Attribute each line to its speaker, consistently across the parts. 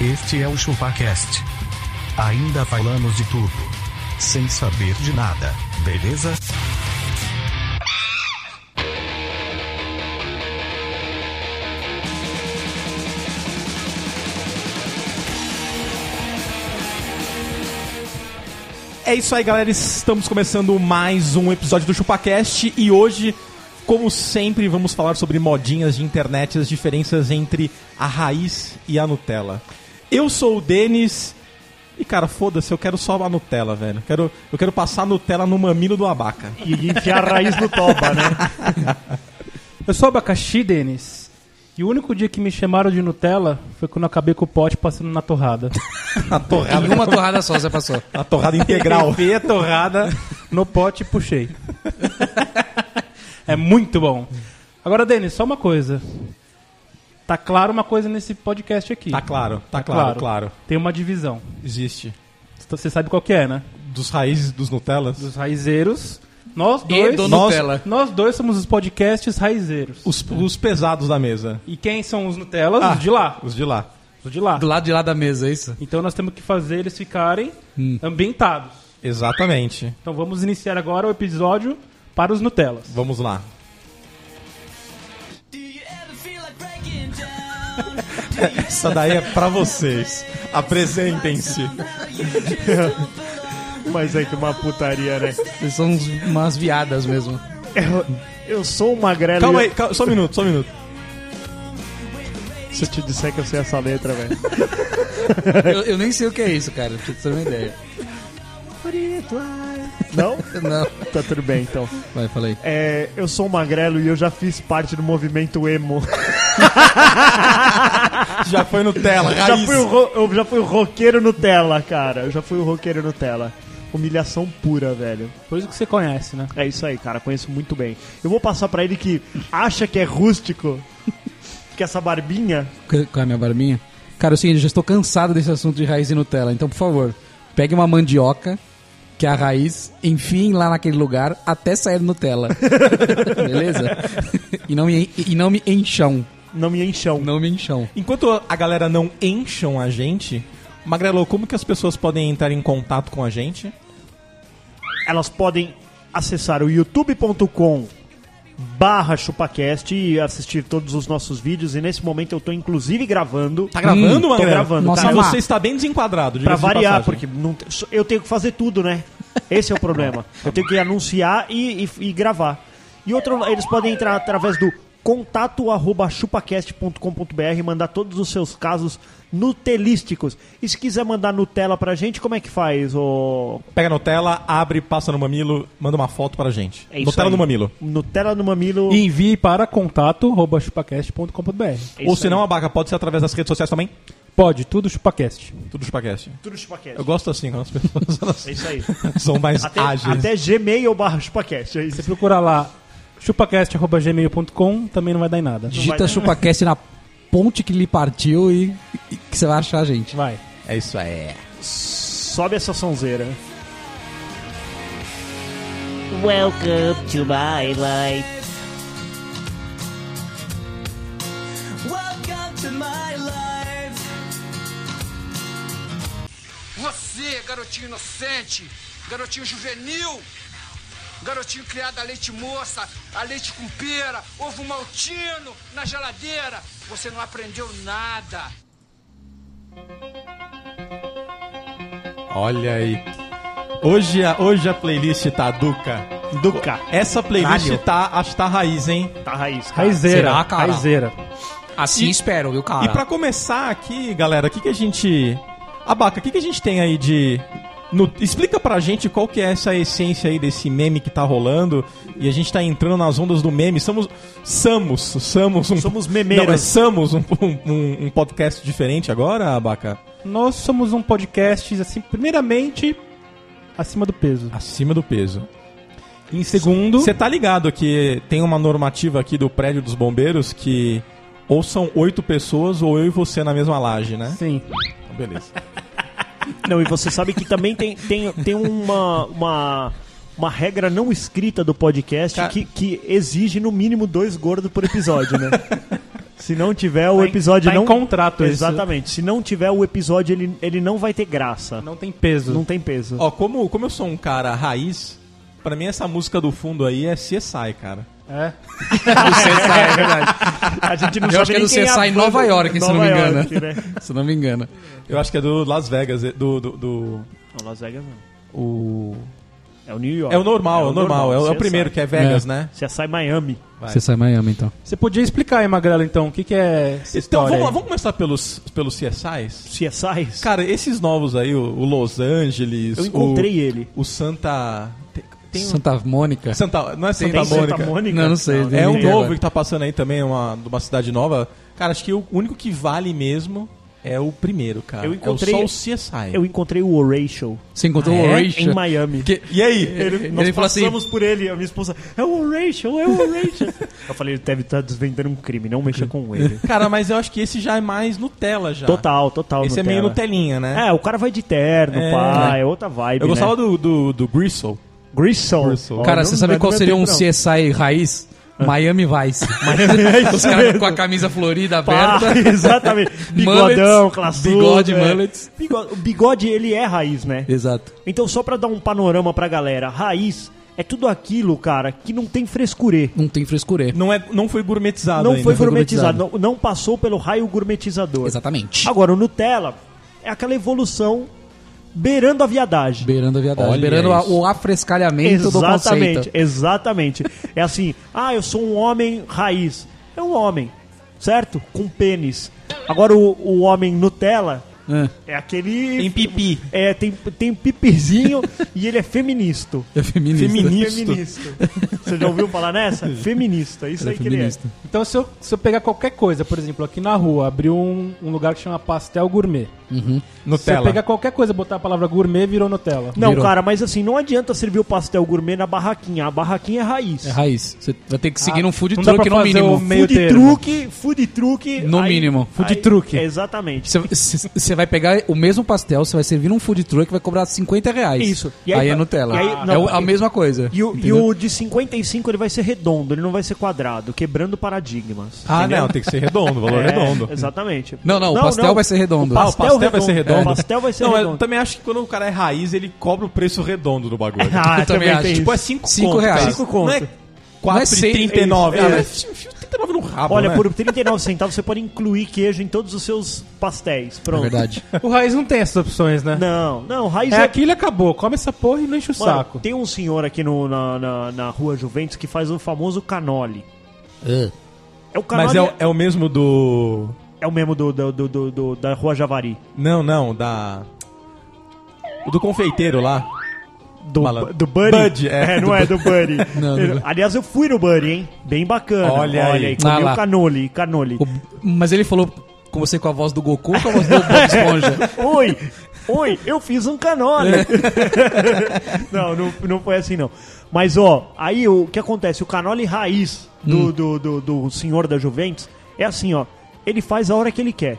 Speaker 1: Este é o ChupaCast. Ainda falamos de tudo. Sem saber de nada, beleza?
Speaker 2: É isso aí, galera. Estamos começando mais um episódio do ChupaCast e hoje, como sempre, vamos falar sobre modinhas de internet e as diferenças entre a raiz e a Nutella. Eu sou o Denis e, cara, foda-se, eu quero só a Nutella, velho. Quero, eu quero passar a Nutella no mamilo do abaca.
Speaker 3: E enfiar a raiz no toba, né?
Speaker 4: Eu sou abacaxi, Denis. E o único dia que me chamaram de Nutella foi quando eu acabei com o pote passando na torrada.
Speaker 2: A torrada,
Speaker 5: Em uma torrada só você passou.
Speaker 2: a torrada integral.
Speaker 4: Enfiei a torrada no pote e puxei. é muito bom. Agora, Denis, só uma coisa. Tá claro uma coisa nesse podcast aqui.
Speaker 2: Tá claro, tá claro, claro.
Speaker 4: Tem uma divisão.
Speaker 2: Existe.
Speaker 4: Você sabe qual que é, né?
Speaker 2: Dos raízes dos Nutellas.
Speaker 4: Dos raizeiros. Nós
Speaker 5: E
Speaker 4: dois,
Speaker 5: do
Speaker 2: nós-
Speaker 5: Nutella.
Speaker 4: nós dois somos os podcasts raizeiros.
Speaker 2: Os, os pesados da mesa.
Speaker 4: E quem são os Nutellas?
Speaker 2: Ah.
Speaker 4: Os de lá.
Speaker 2: Os de lá.
Speaker 4: Os de lá.
Speaker 5: Do lado de lá da mesa, é isso?
Speaker 4: Então nós temos que fazer eles ficarem ambientados.
Speaker 2: Exatamente.
Speaker 4: Então vamos iniciar agora o episódio para os Nutellas.
Speaker 2: Vamos lá. Essa daí é pra vocês. Apresentem-se.
Speaker 3: Mas é que uma putaria, né?
Speaker 5: Eles são uns- umas viadas mesmo.
Speaker 3: Eu, eu sou uma grela.
Speaker 2: Calma aí, calma- só um minuto, só um minuto.
Speaker 3: Se eu te disser que eu sei essa letra, velho.
Speaker 5: Eu, eu nem sei o que é isso, cara. Pra você ter uma ideia.
Speaker 3: Não?
Speaker 5: Não.
Speaker 3: Tá tudo bem, então.
Speaker 5: Vai, falei.
Speaker 3: É, eu sou um magrelo e eu já fiz parte do movimento emo.
Speaker 2: Já foi Nutella,
Speaker 3: Já
Speaker 2: raiz.
Speaker 3: fui, o ro- eu já fui o roqueiro Nutella, cara. Eu já fui o roqueiro Nutella. Humilhação pura, velho.
Speaker 4: Por isso que você conhece, né?
Speaker 3: É isso aí, cara. Conheço muito bem. Eu vou passar pra ele que acha que é rústico, que essa barbinha
Speaker 5: Com é a minha barbinha? Cara, é o seguinte, eu já estou cansado desse assunto de raiz e Nutella. Então, por favor, pegue uma mandioca, que é a raiz, enfiem lá naquele lugar até sair Nutella. Beleza? E não me, e não me encham.
Speaker 3: não me um. enchão.
Speaker 5: Não me encham.
Speaker 2: Enquanto a galera não encham a gente, Magrelo, como que as pessoas podem entrar em contato com a gente?
Speaker 3: elas podem acessar o youtube.com barra chupacast e assistir todos os nossos vídeos e nesse momento eu tô inclusive gravando Hum,
Speaker 2: Tá gravando,
Speaker 3: tô
Speaker 2: Magrelo?
Speaker 3: gravando,
Speaker 2: Nossa,
Speaker 3: cara.
Speaker 2: você está bem desenquadrado,
Speaker 3: pra
Speaker 2: diga-se de
Speaker 3: variar
Speaker 2: passagem.
Speaker 3: porque não te- so- eu tenho que fazer tudo né esse é o problema eu tenho que anunciar e, e- e gravar e outro eles podem entrar através do contato arroba chupacast.com.br e mandar todos os seus casos nutelísticos e se quiser mandar Nutella pra gente como é que faz o
Speaker 2: Pega a Nutella, abre, passa no mamilo, manda uma foto pra gente.
Speaker 3: É isso
Speaker 2: Nutella
Speaker 3: aí.
Speaker 2: no mamilo.
Speaker 3: Nutella no mamilo
Speaker 4: E envie para contato@chupacast.com.br.
Speaker 3: É
Speaker 2: Ou
Speaker 3: isso
Speaker 2: se não,
Speaker 3: aí.
Speaker 2: abaca, pode ser através das redes sociais também?
Speaker 4: Pode, tudo chupacast.
Speaker 2: Tudo chupacast.
Speaker 3: tudo chupacast
Speaker 2: Eu gosto assim, quando as pessoas elas
Speaker 3: É isso aí.
Speaker 2: são mais
Speaker 3: Até,
Speaker 2: ágeis.
Speaker 3: até Gmail barra chupacast. É
Speaker 4: Você
Speaker 3: isso.
Speaker 4: procura lá chupacast@gmail.com, também não vai dar em
Speaker 3: vai
Speaker 4: nada.
Speaker 3: dar.
Speaker 5: Digita ChupaCast na ponte que lhe partiu e, e que você vai achar a gente.
Speaker 4: Vai.
Speaker 2: É isso aí.
Speaker 3: Sobe essa sonzeira.
Speaker 6: Welcome to my life. Welcome to my life.
Speaker 7: Você, garotinho inocente, garotinho juvenil, garotinho criado a leite moça, a leite com pera, ovo um maltino na geladeira, você não aprendeu nada.
Speaker 2: Olha aí. Hoje a, hoje a playlist tá duca.
Speaker 3: Duca.
Speaker 2: Essa playlist
Speaker 5: Caralho.
Speaker 2: tá, acho que tá raiz, hein?
Speaker 3: Tá raiz. cara.
Speaker 4: Raizeira.
Speaker 5: Será, cara?
Speaker 4: Raizeira.
Speaker 5: Assim espero, viu, cara?
Speaker 2: E pra começar aqui, galera, o que, que a gente. Abaca, o que, que a gente tem aí de. no- Explica pra gente qual que é essa essência aí desse meme que tá rolando. E a gente tá entrando nas ondas do meme. Somos. Somos. Somos um.
Speaker 3: Somos
Speaker 2: Não,
Speaker 3: memeiros.
Speaker 2: mas somos um, um- um podcast diferente agora, Abaca?
Speaker 4: Nós somos um podcast, assim, primeiramente, acima do peso.
Speaker 2: Acima do peso.
Speaker 4: Em segundo,
Speaker 2: Você tá ligado que tem uma normativa aqui do prédio dos bombeiros que ou são oito pessoas ou eu e você na mesma laje, né?
Speaker 4: sim.
Speaker 2: Então, beleza.
Speaker 3: Não, e você sabe que também tem, tem, tem uma, uma, uma regra não escrita do podcast
Speaker 2: Cara-
Speaker 3: que, que exige no mínimo dois gordos por episódio, né? Se não tiver, o
Speaker 4: Tá em-
Speaker 3: episódio
Speaker 4: tá em
Speaker 3: não.
Speaker 4: contrato isso.
Speaker 3: Exatamente. Se não tiver o episódio, ele, ele não vai ter graça. Não,
Speaker 4: Não tem peso.
Speaker 3: tem peso.
Speaker 2: Ó, como, como eu sou um cara raiz, pra mim essa música do fundo aí é CSI, cara.
Speaker 4: É.
Speaker 5: é verdade.
Speaker 3: A gente não
Speaker 5: Eu acho que é do
Speaker 3: quem a
Speaker 5: CSI em
Speaker 3: banda-
Speaker 5: Nova York, se não
Speaker 3: Nova
Speaker 5: me engano.
Speaker 3: York, né?
Speaker 5: Se não me engano.
Speaker 2: Eu acho que é do Las Vegas, é do. do, do-
Speaker 3: Não, Las Vegas não.
Speaker 2: o...
Speaker 3: É o New York.
Speaker 2: É o normal, é o normal. É o, é o primeiro, que é Vegas,
Speaker 5: É.
Speaker 2: né?
Speaker 3: CSI Miami.
Speaker 2: Vai.
Speaker 5: Você sai Miami, então.
Speaker 4: Você podia explicar aí, Magrela, então, o que, que é
Speaker 2: Então
Speaker 4: essa história
Speaker 2: vamos lá,
Speaker 4: aí?
Speaker 2: vamos começar pelos, pelos CSIs.
Speaker 3: CSI.
Speaker 2: Cara, esses novos aí, o, o Los Angeles.
Speaker 3: eu encontrei ele.
Speaker 2: O, o Santa. Tem, tem um-
Speaker 5: Santa Mônica.
Speaker 2: Santa. Não é Santa
Speaker 3: Tem
Speaker 2: Mônica.
Speaker 5: Não, não sei.
Speaker 2: É um
Speaker 5: Entendi
Speaker 2: novo
Speaker 5: agora.
Speaker 2: que tá passando aí também, uma, de uma cidade nova. Cara, acho que o único que vale mesmo é o primeiro, cara.
Speaker 3: Eu encontrei-
Speaker 2: É o- só o CSI.
Speaker 3: Eu encontrei o Horatio
Speaker 5: Você encontrou né?
Speaker 3: é?
Speaker 5: o
Speaker 3: em
Speaker 5: Rachel?
Speaker 3: Miami.
Speaker 5: Que-
Speaker 2: E aí?
Speaker 5: Ele,
Speaker 3: Nós
Speaker 5: falou assim,
Speaker 3: passamos por ele, a minha esposa, é o Horatio, é o Horatio. eu falei, ele deve estar desvendando um crime, não mexa com ele.
Speaker 2: Cara, mas eu acho que esse já é mais Nutella já.
Speaker 3: Total, total.
Speaker 2: Esse
Speaker 3: Nutella.
Speaker 2: é meio Nutelinha, né?
Speaker 3: É, o cara vai de terno,
Speaker 2: É.
Speaker 3: pá, é outra vibe.
Speaker 2: eu gostava
Speaker 3: né?
Speaker 2: do, do, do Bristle.
Speaker 3: Grissom.
Speaker 2: Grissom.
Speaker 5: Cara,
Speaker 3: Ó,
Speaker 5: você
Speaker 3: não-
Speaker 5: sabe
Speaker 3: não
Speaker 5: qual
Speaker 3: é do
Speaker 5: seria
Speaker 3: meu
Speaker 5: um
Speaker 3: tempo, não.
Speaker 5: CSI raiz? Miami Vice.
Speaker 3: É
Speaker 5: Os caras com a camisa florida
Speaker 3: Pá, Ah,
Speaker 5: aberta.
Speaker 3: exatamente. Bigodão,
Speaker 5: Mullets,
Speaker 3: classudo.
Speaker 5: bigode,
Speaker 3: é.
Speaker 5: mullets.
Speaker 3: Bigode- O bigode, ele é raiz, né?
Speaker 5: Exato.
Speaker 3: Então, só pra dar um panorama pra galera, raiz é tudo aquilo, cara, que não tem frescurê.
Speaker 5: Não tem frescurê.
Speaker 2: Não, é, não foi gourmetizado
Speaker 3: Não
Speaker 2: ainda.
Speaker 3: foi
Speaker 5: foi
Speaker 3: gourmetizado, não, não passou pelo raio gourmetizador.
Speaker 5: Exatamente.
Speaker 3: Agora, o Nutella é aquela evolução beirando a viadagem.
Speaker 5: Beirando a viadagem.
Speaker 2: Olha
Speaker 5: beirando a-
Speaker 2: isso.
Speaker 5: o afrescalhamento do
Speaker 3: Exatamente,
Speaker 5: conceito.
Speaker 3: exatamente. É assim, ah, eu sou um homem raiz. É um homem, certo? Com pênis. Agora o, o homem Nutella
Speaker 5: Ah,
Speaker 3: é aquele.
Speaker 2: Tem pipi.
Speaker 3: É, tem, tem pipizinho e ele é feministo.
Speaker 5: é feminista.
Speaker 2: Feminista.
Speaker 3: Você já ouviu falar nessa? Feminista, isso
Speaker 5: Ela é
Speaker 3: aí que ele é.
Speaker 5: feminista.
Speaker 4: Então, se eu, se eu pegar qualquer coisa, por exemplo, aqui na rua, abriu um, um lugar que chama Pastel Gourmet. Se eu
Speaker 2: Nutella.
Speaker 4: pegar qualquer coisa, botar a palavra gourmet, virou Nutella.
Speaker 3: Não,
Speaker 5: Virou.
Speaker 3: cara, mas assim, não adianta servir o pastel gourmet na barraquinha. A barraquinha é raiz.
Speaker 5: É raiz. Você vai ter que seguir
Speaker 4: Ah,
Speaker 5: um food
Speaker 4: não dá
Speaker 5: truck
Speaker 4: pra
Speaker 5: no
Speaker 4: fazer o
Speaker 5: mínimo.
Speaker 4: meio
Speaker 3: food
Speaker 4: termo.
Speaker 3: truck, food truck.
Speaker 5: No mínimo.
Speaker 4: Food truck.
Speaker 3: Exatamente.
Speaker 5: Você vai pegar o mesmo pastel, você vai servir num food truck e vai cobrar 50 reais.
Speaker 3: Isso. E
Speaker 5: E
Speaker 3: aí
Speaker 5: aí,
Speaker 3: tá-
Speaker 5: é Nutella.
Speaker 3: e aí-
Speaker 5: É
Speaker 3: não,
Speaker 5: o- a
Speaker 3: e-
Speaker 5: mesma coisa.
Speaker 3: E o, e
Speaker 5: entendeu?
Speaker 3: o de 55 ele vai ser redondo, ele não vai ser quadrado, quebrando paradigmas.
Speaker 2: Ah, não, tem que ser redondo, valor
Speaker 3: É,
Speaker 2: redondo.
Speaker 3: Exatamente.
Speaker 5: Não, não, o pastel vai ser redondo.
Speaker 2: Ah, o pastel vai ser redondo.
Speaker 3: É, O pastel vai ser
Speaker 2: não, eu
Speaker 3: redondo.
Speaker 2: também acho que quando o cara é raiz, ele cobra o preço redondo do bagulho.
Speaker 3: Ah,
Speaker 5: Eu também acho.
Speaker 3: tem
Speaker 2: tipo, é
Speaker 3: isso.
Speaker 2: 5
Speaker 5: Cinco
Speaker 2: conto,
Speaker 5: reais.
Speaker 2: Cara.
Speaker 3: Cinco conto.
Speaker 2: Não é 4,39.
Speaker 3: É isso,
Speaker 2: Ah,
Speaker 3: é
Speaker 2: mas enfia o 39 no rabo,
Speaker 3: Olha,
Speaker 2: né?
Speaker 3: por 39 centavos você pode incluir queijo em todos os seus pastéis.
Speaker 5: É
Speaker 3: Pronto.
Speaker 5: verdade.
Speaker 4: O Raiz não tem essas opções, né?
Speaker 3: Não, não, raiz
Speaker 4: É aquilo e acabou. Come essa porra e não enche o
Speaker 3: Mano,
Speaker 4: saco.
Speaker 3: Tem um senhor aqui no- na, na, na rua Juventus que faz o famoso canoli. É o canoli.
Speaker 2: Mas é, o- é o mesmo do...
Speaker 3: é o mesmo do, do- do- do- do- da rua Javari.
Speaker 2: Não, não, da... O do confeiteiro lá.
Speaker 3: Do,
Speaker 2: Malandro.
Speaker 3: do Buddy?
Speaker 2: Buddy, é.
Speaker 3: não é do Buddy.
Speaker 5: Não,
Speaker 3: Eu-
Speaker 5: do-
Speaker 3: Aliás, eu fui no Buddy, hein? Bem bacana.
Speaker 2: Olha aí.
Speaker 5: Ah
Speaker 3: comi o
Speaker 5: lá.
Speaker 3: canoli, canoli.
Speaker 5: O- mas ele falou com você com a voz do Goku ou com a voz do Bob Esponja?
Speaker 3: Oi, oi, eu fiz um canoli.
Speaker 5: É.
Speaker 3: não, não, não foi assim, não. Mas, ó, aí o que acontece? O canoli raiz do,
Speaker 5: Hum.
Speaker 3: do, do, do senhor da Juventus é assim, ó. Ele faz a hora que ele quer.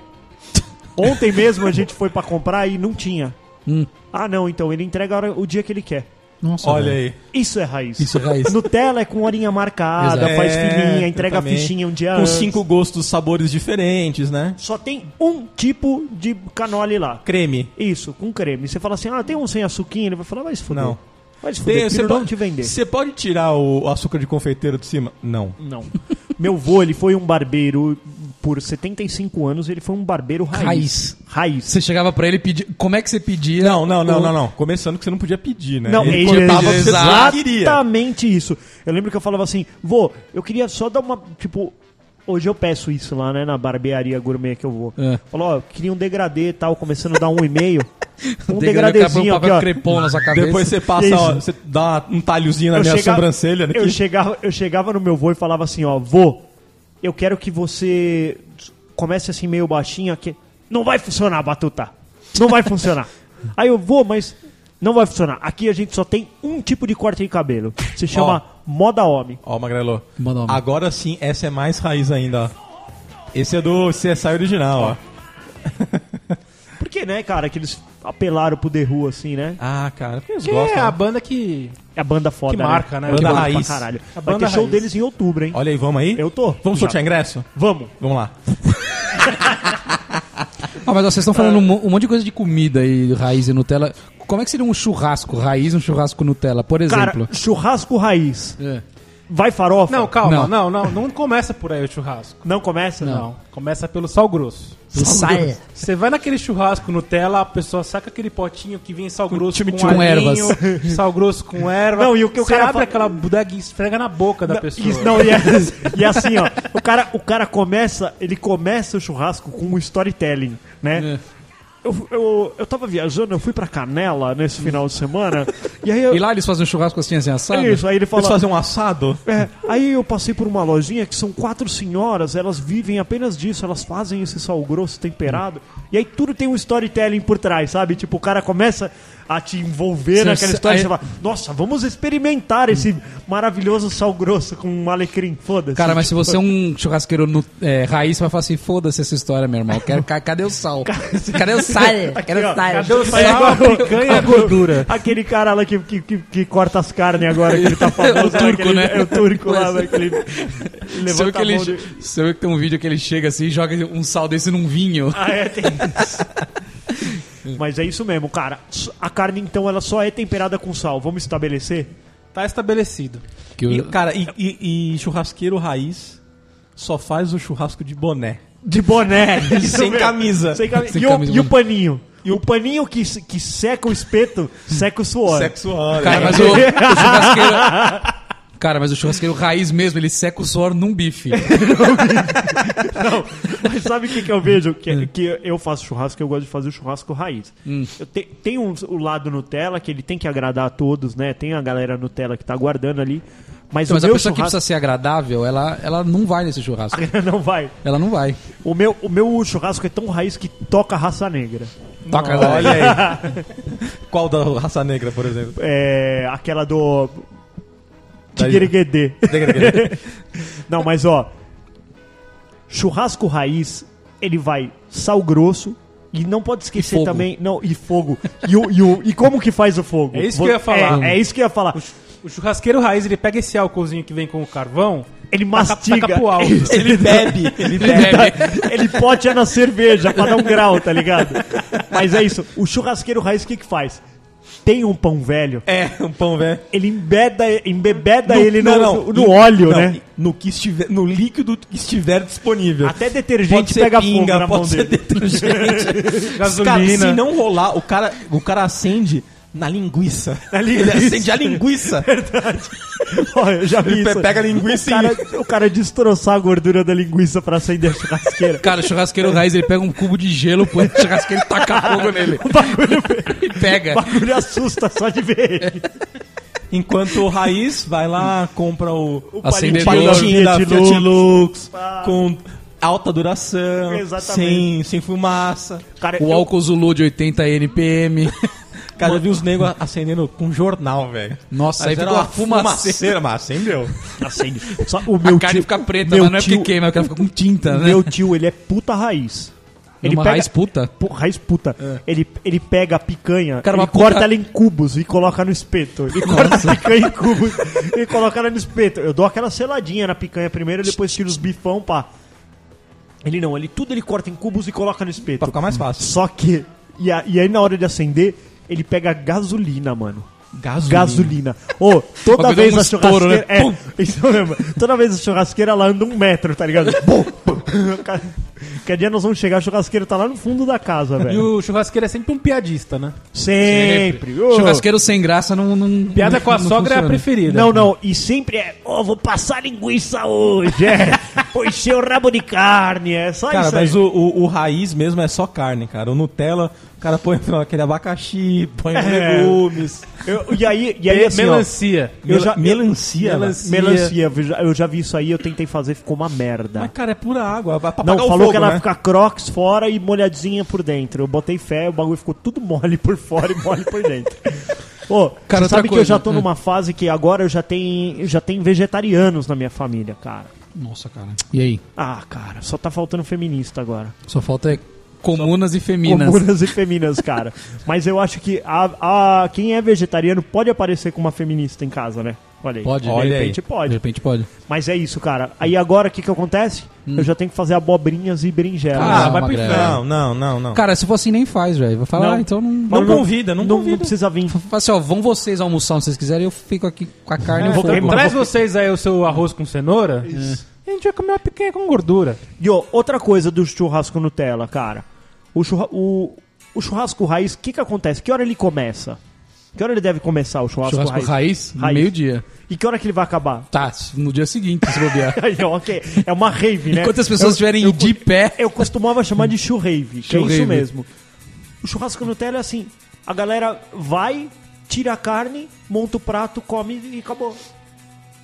Speaker 3: Ontem mesmo a gente foi pra comprar e não tinha.
Speaker 5: Hum.
Speaker 3: Ah, não, então ele entrega a hora- o dia que ele quer.
Speaker 5: Nossa,
Speaker 2: Olha
Speaker 5: velho.
Speaker 2: aí.
Speaker 3: Isso é raiz.
Speaker 5: Isso é raiz.
Speaker 3: Nutella é com horinha marcada,
Speaker 5: Exato.
Speaker 3: faz
Speaker 2: É,
Speaker 3: filinha, entrega a
Speaker 2: exatamente.
Speaker 3: fichinha um dia
Speaker 2: Com
Speaker 3: antes.
Speaker 2: cinco gostos, sabores diferentes, né?
Speaker 3: Só tem um tipo de canole lá.
Speaker 2: Creme.
Speaker 3: Isso, com creme. Você fala assim, ah, tem um sem açuquinha? Ele vai falar, vai se fuder.
Speaker 2: Não.
Speaker 3: Vai se fuder,
Speaker 2: você
Speaker 3: Piro, não
Speaker 2: pode,
Speaker 3: te vender.
Speaker 2: você pode tirar o açúcar de confeiteiro de cima? Não.
Speaker 3: Não. Meu vô, ele foi um barbeiro por 75 anos, ele foi um barbeiro raiz.
Speaker 5: Raiz.
Speaker 3: Raiz.
Speaker 5: Você chegava pra ele e pedia. Como é que você pedia?
Speaker 2: Não, não, não,
Speaker 5: o-
Speaker 2: não, não. Começando que você não podia pedir, né?
Speaker 3: Não,
Speaker 2: ele
Speaker 3: ele
Speaker 2: cortava o que você
Speaker 5: exato.
Speaker 2: queria.
Speaker 3: exatamente isso. Eu lembro que eu falava assim, vô, eu queria só dar uma, tipo... Hoje eu peço isso lá, né, na barbearia gourmet que eu vou.
Speaker 5: É.
Speaker 3: Falou, ó, eu queria um degradê e tal, começando a dar um e meio. Um
Speaker 5: Degradê, o cara põe
Speaker 3: degradezinho
Speaker 5: um
Speaker 3: aqui,
Speaker 5: papel
Speaker 3: ó.
Speaker 5: crepom na sua cabeça.
Speaker 2: Depois você
Speaker 3: Isso.
Speaker 2: passa, ó, você dá um talhozinho na minha
Speaker 3: chega-
Speaker 2: sobrancelha. Né?
Speaker 3: Eu chegava, eu chegava no meu vô e falava assim, ó, vô, eu quero que você comece assim meio baixinho aqui. Não vai funcionar, Batuta. Não vai funcionar. Aí eu vou, mas não vai funcionar. Aqui a gente só tem um tipo de corte de cabelo. Se chama moda homem.
Speaker 2: Ó, Magrelo.
Speaker 5: Manda uma.
Speaker 2: Agora sim, essa é mais raiz ainda, ó. Esse é do CSI original, ó.
Speaker 3: Por que, né, cara, que eles apelaram pro The Who, assim, né?
Speaker 2: Ah, cara, porque eles
Speaker 4: Que é a banda que
Speaker 3: É a banda foda,
Speaker 4: Que marca, né?
Speaker 3: Eu
Speaker 4: Banda
Speaker 3: gosto pra
Speaker 2: raiz.
Speaker 3: caralho.
Speaker 4: A
Speaker 3: Vai
Speaker 4: banda
Speaker 3: ter show
Speaker 4: raiz.
Speaker 3: deles em outubro, hein?
Speaker 2: Olha aí, vamos aí?
Speaker 3: Eu tô.
Speaker 2: Vamos
Speaker 3: Já.
Speaker 2: sortear ingresso?
Speaker 3: Vamos.
Speaker 2: Vamos lá.
Speaker 5: Ah, mas ó, vocês estão falando um, mo- um monte de coisa de comida e raiz e Nutella. Como é que seria um churrasco raiz, um churrasco Nutella, por exemplo?
Speaker 3: Cara, churrasco raiz.
Speaker 5: É.
Speaker 3: Vai farofa?
Speaker 4: Não, calma, não,
Speaker 5: Não.
Speaker 4: não, não, começa por aí o churrasco.
Speaker 3: Não começa?
Speaker 4: Não, começa pelo sal grosso.
Speaker 5: Saia.
Speaker 4: Você vai naquele churrasco Nutella, a pessoa saca aquele potinho que vem sal grosso com,
Speaker 5: com
Speaker 4: alhinho,
Speaker 5: ervas.
Speaker 4: sal grosso com erva.
Speaker 3: Não, e o que o
Speaker 4: Você
Speaker 3: cara
Speaker 4: abre
Speaker 3: fala-
Speaker 4: aquela bodega e esfrega na boca da
Speaker 3: Não,
Speaker 4: pessoa.
Speaker 3: isso- não, e, é- e assim, ó, o cara, o cara começa, ele começa o churrasco com um storytelling, né? Eu, eu, eu tava viajando, eu fui pra Canela nesse final de semana, e aí eu,
Speaker 5: E lá eles fazem um churrasco assim, assim assado?
Speaker 3: é isso, aí ele
Speaker 2: Vamos
Speaker 3: fala.
Speaker 2: fazer um assado?
Speaker 3: é, aí eu passei por uma lojinha que são quatro senhoras, elas vivem apenas disso, elas fazem esse sal grosso temperado, e aí tudo tem um storytelling por trás, sabe? Tipo, o cara começa a te envolver
Speaker 5: Sim,
Speaker 3: naquela
Speaker 5: sim,
Speaker 3: história,
Speaker 5: aí-
Speaker 3: você fala, nossa, vamos experimentar esse maravilhoso sal grosso com um alecrim, foda-se.
Speaker 5: Cara, mas se você é um churrasqueiro nu- é, raiz, você vai falar assim, foda-se essa história, meu irmão. Quero, ca- cadê o sal? cadê o sal? Cadê
Speaker 3: ó,
Speaker 5: o sal?
Speaker 4: Cadê o sal, a picanha e a gordura?
Speaker 3: Aquele cara lá que, que, que, que corta as carnes agora, que ele tá famoso.
Speaker 5: É o turco,
Speaker 3: lá, aquele-
Speaker 5: né?
Speaker 3: É o turco lá, né? que ele- ele
Speaker 5: Você viu,
Speaker 3: Levanta
Speaker 5: que
Speaker 3: a
Speaker 5: ele,
Speaker 3: mão de...
Speaker 5: você viu que tem um vídeo que ele chega assim e joga um sal desse num vinho?
Speaker 3: Ah, é, tem isso. Mas é isso mesmo, cara. A carne, então, ela só é temperada com sal. Vamos estabelecer?
Speaker 4: Tá estabelecido.
Speaker 5: Que o-
Speaker 2: E, cara, e, e- e churrasqueiro raiz só faz o churrasco de boné.
Speaker 3: De boné. É isso
Speaker 2: sem
Speaker 3: mesmo.
Speaker 2: camisa.
Speaker 3: Sem camisa.
Speaker 5: Sem
Speaker 3: e, o-
Speaker 5: camisa,
Speaker 3: e o
Speaker 5: mano.
Speaker 3: paninho? E o paninho que, se- que seca o espeto, seca o suor.
Speaker 2: Sexual.
Speaker 5: Cara, mas o, o churrasqueiro... Cara, mas o churrasqueiro raiz mesmo, ele seca o suor num bife.
Speaker 3: Não, mas sabe o que, que eu vejo?
Speaker 5: Hum.
Speaker 3: Que, que eu faço churrasco, eu gosto de fazer o churrasco raiz. Eu te- tem um, o lado Nutella, que ele tem que agradar a todos, né? Tem a galera Nutella que tá guardando ali. Mas
Speaker 5: Então, mas
Speaker 3: o
Speaker 5: a
Speaker 3: meu
Speaker 5: pessoa que
Speaker 3: churrasco
Speaker 5: precisa ser agradável, ela, ela não vai nesse churrasco.
Speaker 3: não vai.
Speaker 5: Ela não vai.
Speaker 3: O meu, o meu churrasco é tão raiz que toca raça negra.
Speaker 5: Toca
Speaker 2: Olha aí. Qual da raça negra, por exemplo?
Speaker 3: É, aquela do.
Speaker 2: Da-
Speaker 3: Tigueriguedê. Não, mas ó. Churrasco raiz, ele vai sal grosso. E não pode esquecer
Speaker 5: fogo.
Speaker 3: também. Não, e fogo. E, o, e, o- e como que faz o fogo?
Speaker 4: É isso que eu ia falar.
Speaker 3: É, é isso que eu ia falar.
Speaker 4: O churrasqueiro raiz, ele pega esse álcoolzinho que vem com o carvão,
Speaker 3: Ele
Speaker 4: taca-
Speaker 3: mastiga.
Speaker 4: taca pro alto.
Speaker 3: Isso,
Speaker 2: Ele bebe. Ele bebe.
Speaker 3: Ele pode é na cerveja pra dar um grau, tá ligado? Mas é isso. O churrasqueiro raiz, o que que faz? Tem um pão velho,
Speaker 2: É, um pão velho.
Speaker 3: ele embeda, embebeda
Speaker 2: No-
Speaker 3: ele no, no- no
Speaker 2: em-
Speaker 3: óleo,
Speaker 2: não,
Speaker 3: né?
Speaker 2: No, que estiver, no líquido que estiver disponível.
Speaker 3: Até detergente pega fogo na mão
Speaker 2: pode ser
Speaker 3: dele.
Speaker 2: detergente,
Speaker 4: Gasolina.
Speaker 2: Cara, se não rolar, o cara, o cara acende na linguiça. Ele acende a linguiça.
Speaker 3: Ó, eu já vi
Speaker 2: Ele
Speaker 3: isso.
Speaker 2: pega a linguiça
Speaker 3: o cara, o cara destroçar a gordura da linguiça pra acender a churrasqueira.
Speaker 5: Cara, o churrasqueiro raiz, ele pega um cubo de gelo, põe no churrasqueiro e taca fogo nele. E pega.
Speaker 3: O bagulho assusta só de ver ele.
Speaker 2: Enquanto o Raiz vai lá, compra o, o
Speaker 5: Acendedor.
Speaker 2: palitinho da
Speaker 3: Fiat
Speaker 2: Fiat
Speaker 3: Lux.
Speaker 2: Lux,
Speaker 3: Pá.
Speaker 2: com alta duração,
Speaker 3: Exatamente.
Speaker 2: sem, sem fumaça.
Speaker 3: Cara, é
Speaker 5: O
Speaker 3: eu-
Speaker 5: álcool Zulu de 80 NPM.
Speaker 2: Cara, eu vi os negros acendendo com jornal, velho.
Speaker 5: Nossa, aí
Speaker 2: Mas era
Speaker 5: ficou uma fumaceira.
Speaker 2: mas acendeu.
Speaker 3: Acende. Só o
Speaker 5: A
Speaker 3: meu
Speaker 5: carne
Speaker 3: tio,
Speaker 5: fica preta,
Speaker 3: meu
Speaker 5: mas não é
Speaker 3: tio-
Speaker 5: porque queima, é porque ela fica com tinta, né? É
Speaker 3: Meu tio, ele é puta raiz. Ele
Speaker 5: Uma
Speaker 3: pega,
Speaker 5: raiz puta. É.
Speaker 3: Pu- raiz puta. Ele, ele pega a picanha,
Speaker 5: Cara,
Speaker 3: ele
Speaker 5: uma puta-
Speaker 3: corta ela em cubos e coloca no espeto. E corta a picanha em cubos e coloca ela no espeto. Eu dou aquela seladinha na picanha primeiro, depois tiro os bifão, pá. Ele não, ele tudo ele corta em cubos e coloca no espeto.
Speaker 2: Pra ficar mais fácil.
Speaker 3: Só que, e, a- e aí na hora de acender, ele pega gasolina, mano.
Speaker 2: Gasolina.
Speaker 3: Gasolina. Ô, toda
Speaker 5: Bagulho
Speaker 3: vez
Speaker 5: dá um
Speaker 3: a
Speaker 5: estouro,
Speaker 3: churrasqueira.
Speaker 5: né? Pum!
Speaker 3: É, isso mesmo. Toda vez a churrasqueira ela anda um metro, tá ligado? Bum, bum. Cada- Cada dia nós vamos chegar, a churrasqueira tá lá no fundo da casa,
Speaker 4: E
Speaker 3: velho.
Speaker 4: o churrasqueiro é sempre um piadista, né?
Speaker 3: Sempre. Ô.
Speaker 5: Churrasqueiro sem graça não. não
Speaker 4: Piada
Speaker 5: não-
Speaker 4: com a
Speaker 5: não
Speaker 4: sogra é a
Speaker 5: funciona.
Speaker 4: preferida.
Speaker 3: Não, não, e sempre é, ô, vou passar linguiça hoje, é, vou encher o rabo de carne, é só
Speaker 2: Cara,
Speaker 3: isso.
Speaker 2: mas
Speaker 3: aí.
Speaker 2: o, o, o raiz mesmo é só carne, cara. O Nutella, o cara põe aquele abacaxi, põe
Speaker 3: É.
Speaker 2: legumes.
Speaker 3: Eu- e aí,
Speaker 2: é
Speaker 3: e aí
Speaker 4: Me-
Speaker 3: assim, ó,
Speaker 4: melancia.
Speaker 3: eu já-
Speaker 2: melancia,
Speaker 4: Melancia.
Speaker 3: melancia, eu já- eu já vi isso aí, eu tentei fazer, ficou uma merda.
Speaker 2: Mas, cara, é pura água. Pra
Speaker 3: Não,
Speaker 2: apagar o
Speaker 3: falou
Speaker 2: fogo,
Speaker 3: que ela
Speaker 2: né?
Speaker 3: fica crocs fora e molhadinha por dentro. Eu botei fé, o bagulho ficou tudo mole por fora e mole por dentro. Ô,
Speaker 5: Cara, outra
Speaker 3: você sabe que eu
Speaker 5: coisa,
Speaker 3: já tô
Speaker 5: é.
Speaker 3: numa fase que agora eu já tem, já tem vegetarianos na minha família, cara.
Speaker 5: Nossa, cara. E aí?
Speaker 3: Ah, cara, só tá faltando feminista agora.
Speaker 5: Só falta é Comunas e feminas.
Speaker 3: Comunas e feminas, cara. Mas eu acho que a, a- quem é vegetariano pode aparecer com uma feminista em casa, né? Olha aí.
Speaker 5: Pode.
Speaker 3: De
Speaker 5: Olha
Speaker 3: repente
Speaker 5: De
Speaker 3: pode.
Speaker 5: repente pode.
Speaker 3: Mas é isso, cara. Aí agora o que, que acontece?
Speaker 5: Hum.
Speaker 3: Eu já tenho que fazer abobrinhas e berinjelas.
Speaker 5: Ah,
Speaker 2: Ah, vai pro
Speaker 5: Magrelo.
Speaker 2: inferno. Não, não, não, não.
Speaker 5: Cara, se for assim, nem faz, velho. Vai falar,
Speaker 3: Não.
Speaker 5: ah, então não.
Speaker 2: Não
Speaker 3: Não-
Speaker 2: convida, não
Speaker 3: não, não
Speaker 2: convida.
Speaker 3: precisa vir.
Speaker 5: Fala assim, ó, vão vocês almoçar se vocês quiserem, eu fico aqui com a carne e o
Speaker 3: É, vou
Speaker 5: fogo.
Speaker 3: queimar.
Speaker 4: Traz vocês aí o seu arroz com cenoura. E a gente vai comer uma picanha com gordura.
Speaker 3: E ó, outra coisa do churrasco Nutella, cara. O, churra- o- o churrasco raiz, o que, que acontece? Que hora ele começa? Que hora ele deve começar o churrasco,
Speaker 5: Churrasco
Speaker 3: raiz?
Speaker 5: raiz,
Speaker 3: Raiz.
Speaker 5: meio-dia.
Speaker 3: E que hora que ele vai acabar?
Speaker 5: Tá, no dia seguinte, se bobear.
Speaker 3: Aí, ó, ok. É uma rave, né?
Speaker 5: Enquanto as pessoas estiverem de pé.
Speaker 3: Eu costumava chamar de churrave, que é
Speaker 5: Churrave.
Speaker 3: isso mesmo. O churrasco Nutella é assim, a galera vai, tira a carne, monta o prato, come e acabou.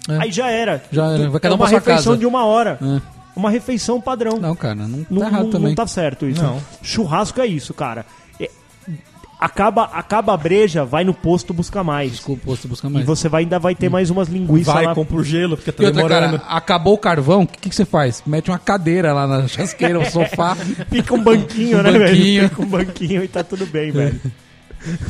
Speaker 5: É.
Speaker 3: Aí já era.
Speaker 5: Já era, vai
Speaker 3: é
Speaker 5: cada um
Speaker 3: uma
Speaker 5: pra sua
Speaker 3: refeição
Speaker 5: casa.
Speaker 3: de uma hora.
Speaker 5: É.
Speaker 3: Uma refeição padrão.
Speaker 5: Não, cara, não tá
Speaker 3: Não,
Speaker 5: errado
Speaker 3: não-
Speaker 5: também.
Speaker 3: não tá certo isso.
Speaker 2: Não.
Speaker 3: Churrasco é isso, cara. É- acaba, acaba a breja, vai no posto buscar mais.
Speaker 5: Desculpa, posto buscar
Speaker 3: E
Speaker 5: mais. Hum.
Speaker 3: você vai, ainda vai ter mais umas linguiças
Speaker 2: Vai,
Speaker 3: lá.
Speaker 2: compra o gelo, porque tá
Speaker 5: E outra,
Speaker 2: demorando.
Speaker 5: cara, acabou o carvão, o que, que você faz? Mete uma cadeira lá na chasqueira, um sofá.
Speaker 3: Fica um banquinho,
Speaker 5: Um
Speaker 3: né,
Speaker 5: banquinho. É.
Speaker 3: velho? Fica um banquinho e tá tudo bem, velho.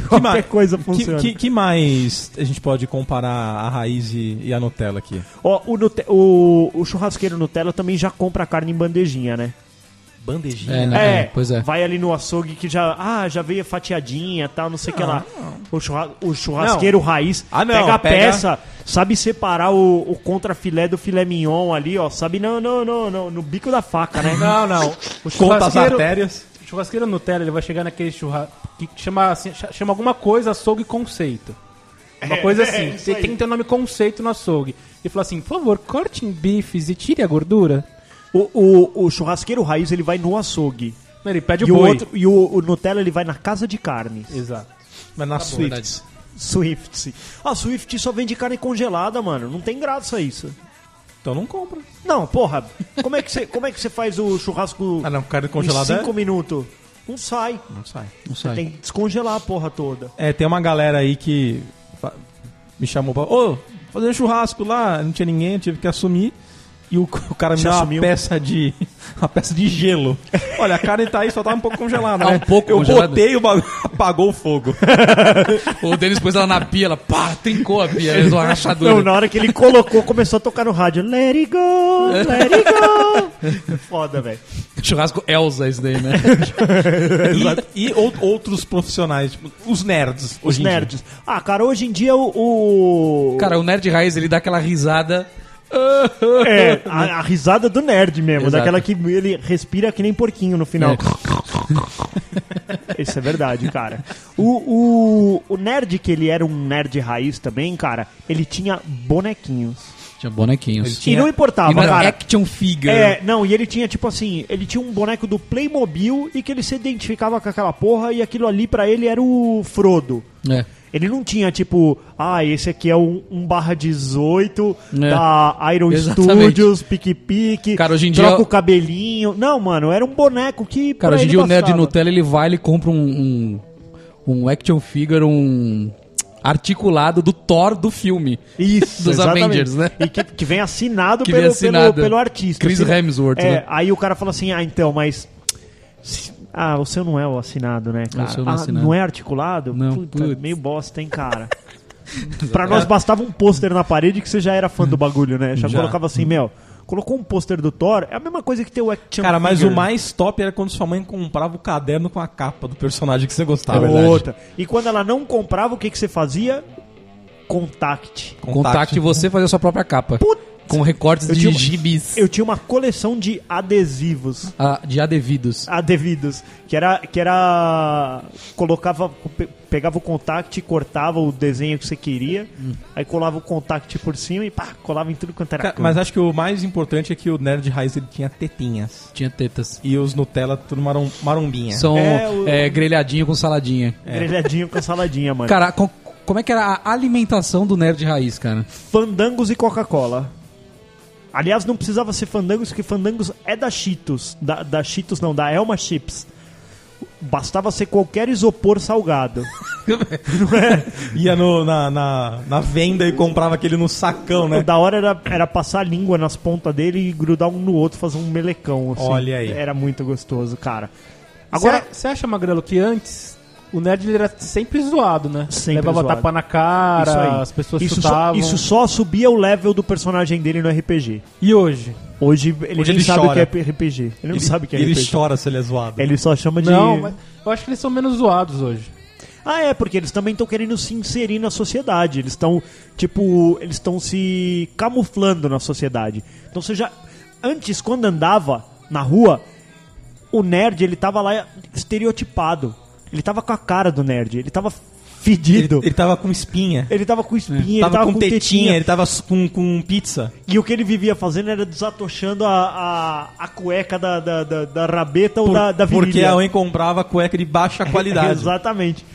Speaker 3: Qualquer
Speaker 2: ma-
Speaker 3: coisa
Speaker 2: Que,
Speaker 3: funciona.
Speaker 2: que- que mais a gente pode comparar a raiz e, e a Nutella aqui?
Speaker 3: Ó, o, Nute- o- o churrasqueiro Nutella também já compra a carne em bandejinha, né?
Speaker 2: Bandejinha.
Speaker 5: É, né? É, pois é.
Speaker 3: Vai ali no açougue que já. Ah, já veio fatiadinha tal, não sei o que lá. O, churra- o churrasqueiro raiz
Speaker 2: Ah, não,
Speaker 3: pega a
Speaker 2: pega-
Speaker 3: peça, sabe separar o, o contrafilé do filé mignon ali, ó. Sabe, não, não, não, não, no bico da faca, né?
Speaker 4: Não, não.
Speaker 2: Conta
Speaker 4: O
Speaker 2: as
Speaker 4: churrasqueiro,
Speaker 2: artérias.
Speaker 4: o churrasqueiro Nutella, ele vai chegar naquele churrasco que chama, assim, cha- chama alguma coisa açougue conceito. Uma coisa assim.
Speaker 3: É, isso
Speaker 4: Você
Speaker 3: aí.
Speaker 4: tem que ter o nome conceito no açougue. E fala assim, por favor, corte em bifes e tire a gordura.
Speaker 3: O, o- o churrasqueiro raiz ele vai no açougue.
Speaker 4: Ele pede o
Speaker 3: E, o,
Speaker 4: É boi.
Speaker 3: outro, e o, o Nutella ele vai na casa de carnes.
Speaker 4: Exato.
Speaker 2: Mas
Speaker 3: Tá
Speaker 2: na Swift.
Speaker 3: Swift. A Swift só vende carne congelada, mano. Não tem graça isso.
Speaker 2: Então não compra.
Speaker 3: Não, porra. Como é que você, como é que você faz o churrasco
Speaker 2: Ah, não, carne
Speaker 3: em
Speaker 2: congelada
Speaker 3: cinco minutos? Não sai.
Speaker 2: é- Não sai.
Speaker 5: Não
Speaker 3: Você
Speaker 5: sai.
Speaker 3: tem que descongelar a porra toda.
Speaker 2: É, tem uma galera aí que fa- me chamou pra. Ô, fazer um churrasco lá, não tinha ninguém, eu tive que assumir. E o, o cara me
Speaker 3: Você
Speaker 2: deu uma
Speaker 3: assumiu?
Speaker 2: peça de. Uma peça de gelo. Olha, a carne tá aí, só tava um pouco congelada.
Speaker 5: Tá
Speaker 2: né?
Speaker 5: um pouco
Speaker 2: Eu
Speaker 5: congelada?
Speaker 2: botei o bagulho, apagou o fogo.
Speaker 5: O Denis pôs ela na pia, ela pá, trincou a pia, fez uma rachadura.
Speaker 3: Não, na hora que ele colocou, começou a tocar no rádio. Let it go, let it go. É foda, velho.
Speaker 5: Churrasco Elsa, isso daí, né?
Speaker 2: E, e ou- outros profissionais, tipo, os nerds.
Speaker 3: Os
Speaker 2: hoje em dia.
Speaker 3: nerds. Ah, cara, hoje em dia o. o-
Speaker 5: Cara, o Nerd Raiz, ele dá aquela risada.
Speaker 3: É, a, a risada do nerd mesmo.
Speaker 5: Exato.
Speaker 3: Daquela que ele respira que nem porquinho no final. Isso é verdade, cara. O, o, o nerd, que ele era um nerd raiz também, cara, ele tinha bonequinhos.
Speaker 5: Tinha bonequinhos.
Speaker 3: E não importava,
Speaker 5: E não era
Speaker 3: Ah, cara.
Speaker 5: action figure.
Speaker 3: É, não, e ele tinha, tipo assim, ele tinha um boneco do Playmobil e que ele se identificava com aquela porra e aquilo ali pra ele era o Frodo.
Speaker 5: É.
Speaker 3: Ele não tinha, tipo, ah, esse aqui é um, um barra 18
Speaker 5: É.
Speaker 3: da Iron
Speaker 5: Exatamente.
Speaker 3: Studios, pique-pique,
Speaker 5: Cara, hoje em
Speaker 3: troca
Speaker 5: dia-
Speaker 3: o cabelinho. Não, mano, era um boneco que.
Speaker 5: Cara,
Speaker 3: pra
Speaker 5: hoje em
Speaker 3: ele
Speaker 5: dia o Nerd
Speaker 3: bastava.
Speaker 5: Nutella, ele vai, ele compra um, um, um action figure, um articulado do Thor do filme.
Speaker 3: Isso,
Speaker 5: Dos
Speaker 3: exatamente.
Speaker 5: Avengers, né?
Speaker 3: E que, que vem assinado,
Speaker 5: Que
Speaker 3: pelo,
Speaker 5: vem assinado.
Speaker 3: Pelo, pelo artista.
Speaker 5: Chris
Speaker 3: Assim,
Speaker 5: Hemsworth,
Speaker 3: É,
Speaker 5: né?
Speaker 3: aí o cara fala assim, ah, então, mas... Ah, o seu não é o assinado, né, cara?
Speaker 5: O seu não é
Speaker 3: Ah,
Speaker 5: assinado.
Speaker 3: não é articulado?
Speaker 5: Não,
Speaker 3: Puta,
Speaker 5: putz.
Speaker 3: meio bosta, hein, cara? pra nós bastava um pôster na parede que você já era fã do bagulho, né? Já,
Speaker 2: Já.
Speaker 3: colocava assim,
Speaker 5: Hum.
Speaker 3: meu... Colocou um pôster do Thor, é a mesma coisa que ter o action
Speaker 2: Cara, mas
Speaker 3: figure.
Speaker 2: o mais top era quando sua mãe comprava o caderno com a capa do personagem que você gostava.
Speaker 3: Outra. E quando ela não comprava, o que, que você fazia? Contact.
Speaker 5: Contacte você fazer a sua própria capa.
Speaker 3: Putz.
Speaker 5: Com recortes
Speaker 3: Eu
Speaker 5: de
Speaker 3: tinha uma-
Speaker 5: gibis.
Speaker 3: Eu tinha uma coleção de adesivos.
Speaker 5: Ah, de adevidos.
Speaker 3: Adevidos. Que era. Que era. Colocava. pe- Pegava o contact, cortava o desenho que você queria. Aí colava o contact por cima e pá, colava em tudo quanto era.
Speaker 2: Hum. Ca-
Speaker 3: canto.
Speaker 2: Mas acho que o mais importante é que o Nerd Raiz ele tinha tetinhas.
Speaker 5: Tinha tetas.
Speaker 2: E os Nutella tudo marom, marombinha.
Speaker 5: São
Speaker 3: É, o-
Speaker 5: é, grelhadinho com saladinha.
Speaker 3: É. Grelhadinho com saladinha, mano.
Speaker 5: Cara, co- como é que era a alimentação do Nerd Raiz, cara?
Speaker 3: Fandangos e Coca-Cola. Aliás, não precisava ser Fandangos, porque Fandangos é da Cheetos. Da, da Cheetos não, da Elma Chips. Bastava ser qualquer isopor salgado.
Speaker 2: Ia no- na, na, na venda e comprava aquele no sacão,
Speaker 3: O
Speaker 2: né?
Speaker 3: da hora era, era passar a língua nas pontas dele e grudar um no outro, fazer um melecão. assim.
Speaker 2: Olha aí.
Speaker 3: Era muito gostoso, cara. Agora-
Speaker 4: Agora, você acha, Magrelo, que antes o nerd ele era sempre zoado, né?
Speaker 3: Sempre
Speaker 4: Levava
Speaker 3: zoado.
Speaker 4: tapa na cara, as pessoas
Speaker 3: isso só,
Speaker 4: chutavam.
Speaker 3: isso só subia o level do personagem dele no RPG.
Speaker 4: E hoje?
Speaker 3: Hoje ele
Speaker 2: Hoje
Speaker 3: nem
Speaker 2: ele
Speaker 3: sabe
Speaker 2: chora.
Speaker 3: o que é RPG. Ele não
Speaker 2: Ele,
Speaker 3: sabe o que é
Speaker 2: ele
Speaker 3: RPG.
Speaker 2: chora se ele é zoado.
Speaker 3: Ele só chama de.
Speaker 4: Não, mas eu acho que eles são menos zoados hoje.
Speaker 3: Ah, é, porque eles também estão querendo se inserir na sociedade. Eles estão, tipo, eles estão se camuflando na sociedade. Então você já. Antes, quando andava na rua, o nerd, ele tava lá estereotipado. Ele tava com a cara do nerd. Ele tava
Speaker 2: ele,
Speaker 3: fedido. Ele,
Speaker 2: ele tava com espinha.
Speaker 3: tava com espinha, é ele
Speaker 2: tava, com, tetinha, ele tava s- com, com pizza.
Speaker 3: E o que ele vivia fazendo era desatochando a, a, a cueca da, da, da, da rabeta ou
Speaker 2: Por-
Speaker 3: da, da virilha.
Speaker 2: porque é a mãe comprava cueca de baixa qualidade.
Speaker 3: Exatamente.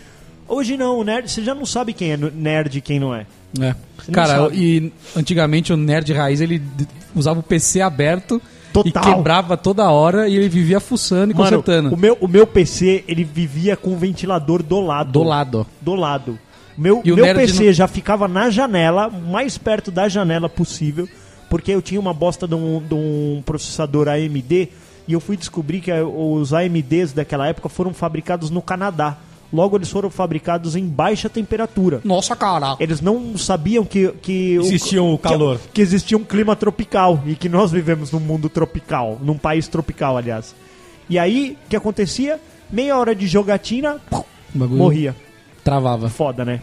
Speaker 3: Hoje não, o nerd, você já não sabe quem é no- nerd e quem não é.
Speaker 5: É.
Speaker 3: não
Speaker 5: Cara,
Speaker 3: sabe.
Speaker 5: e antigamente o nerd raiz ele d- usava o PC aberto
Speaker 3: Total.
Speaker 5: e quebrava toda hora e ele vivia fuçando e
Speaker 3: Mano,
Speaker 5: consertando.
Speaker 3: o meu, o meu PC, ele vivia com o ventilador do lado.
Speaker 5: Do lado.
Speaker 3: Do lado. Meu,
Speaker 5: E o
Speaker 3: meu
Speaker 5: nerd
Speaker 3: PC
Speaker 5: não-
Speaker 3: já ficava na janela, mais perto da janela possível, porque eu tinha uma bosta de um, de um processador AMD e eu fui descobrir que eh, os AMDs daquela época foram fabricados no Canadá. Logo, eles foram fabricados em baixa temperatura.
Speaker 5: Nossa, cara.
Speaker 3: Eles não sabiam que, que
Speaker 2: Existia o
Speaker 3: que- é
Speaker 2: calor.
Speaker 3: que, existia um clima tropical e que nós vivemos num mundo tropical, num país tropical, aliás. E aí, o que acontecia? Meia hora de jogatina, pum,
Speaker 5: O bagulho
Speaker 3: morria.
Speaker 5: Travava.
Speaker 3: Foda, né?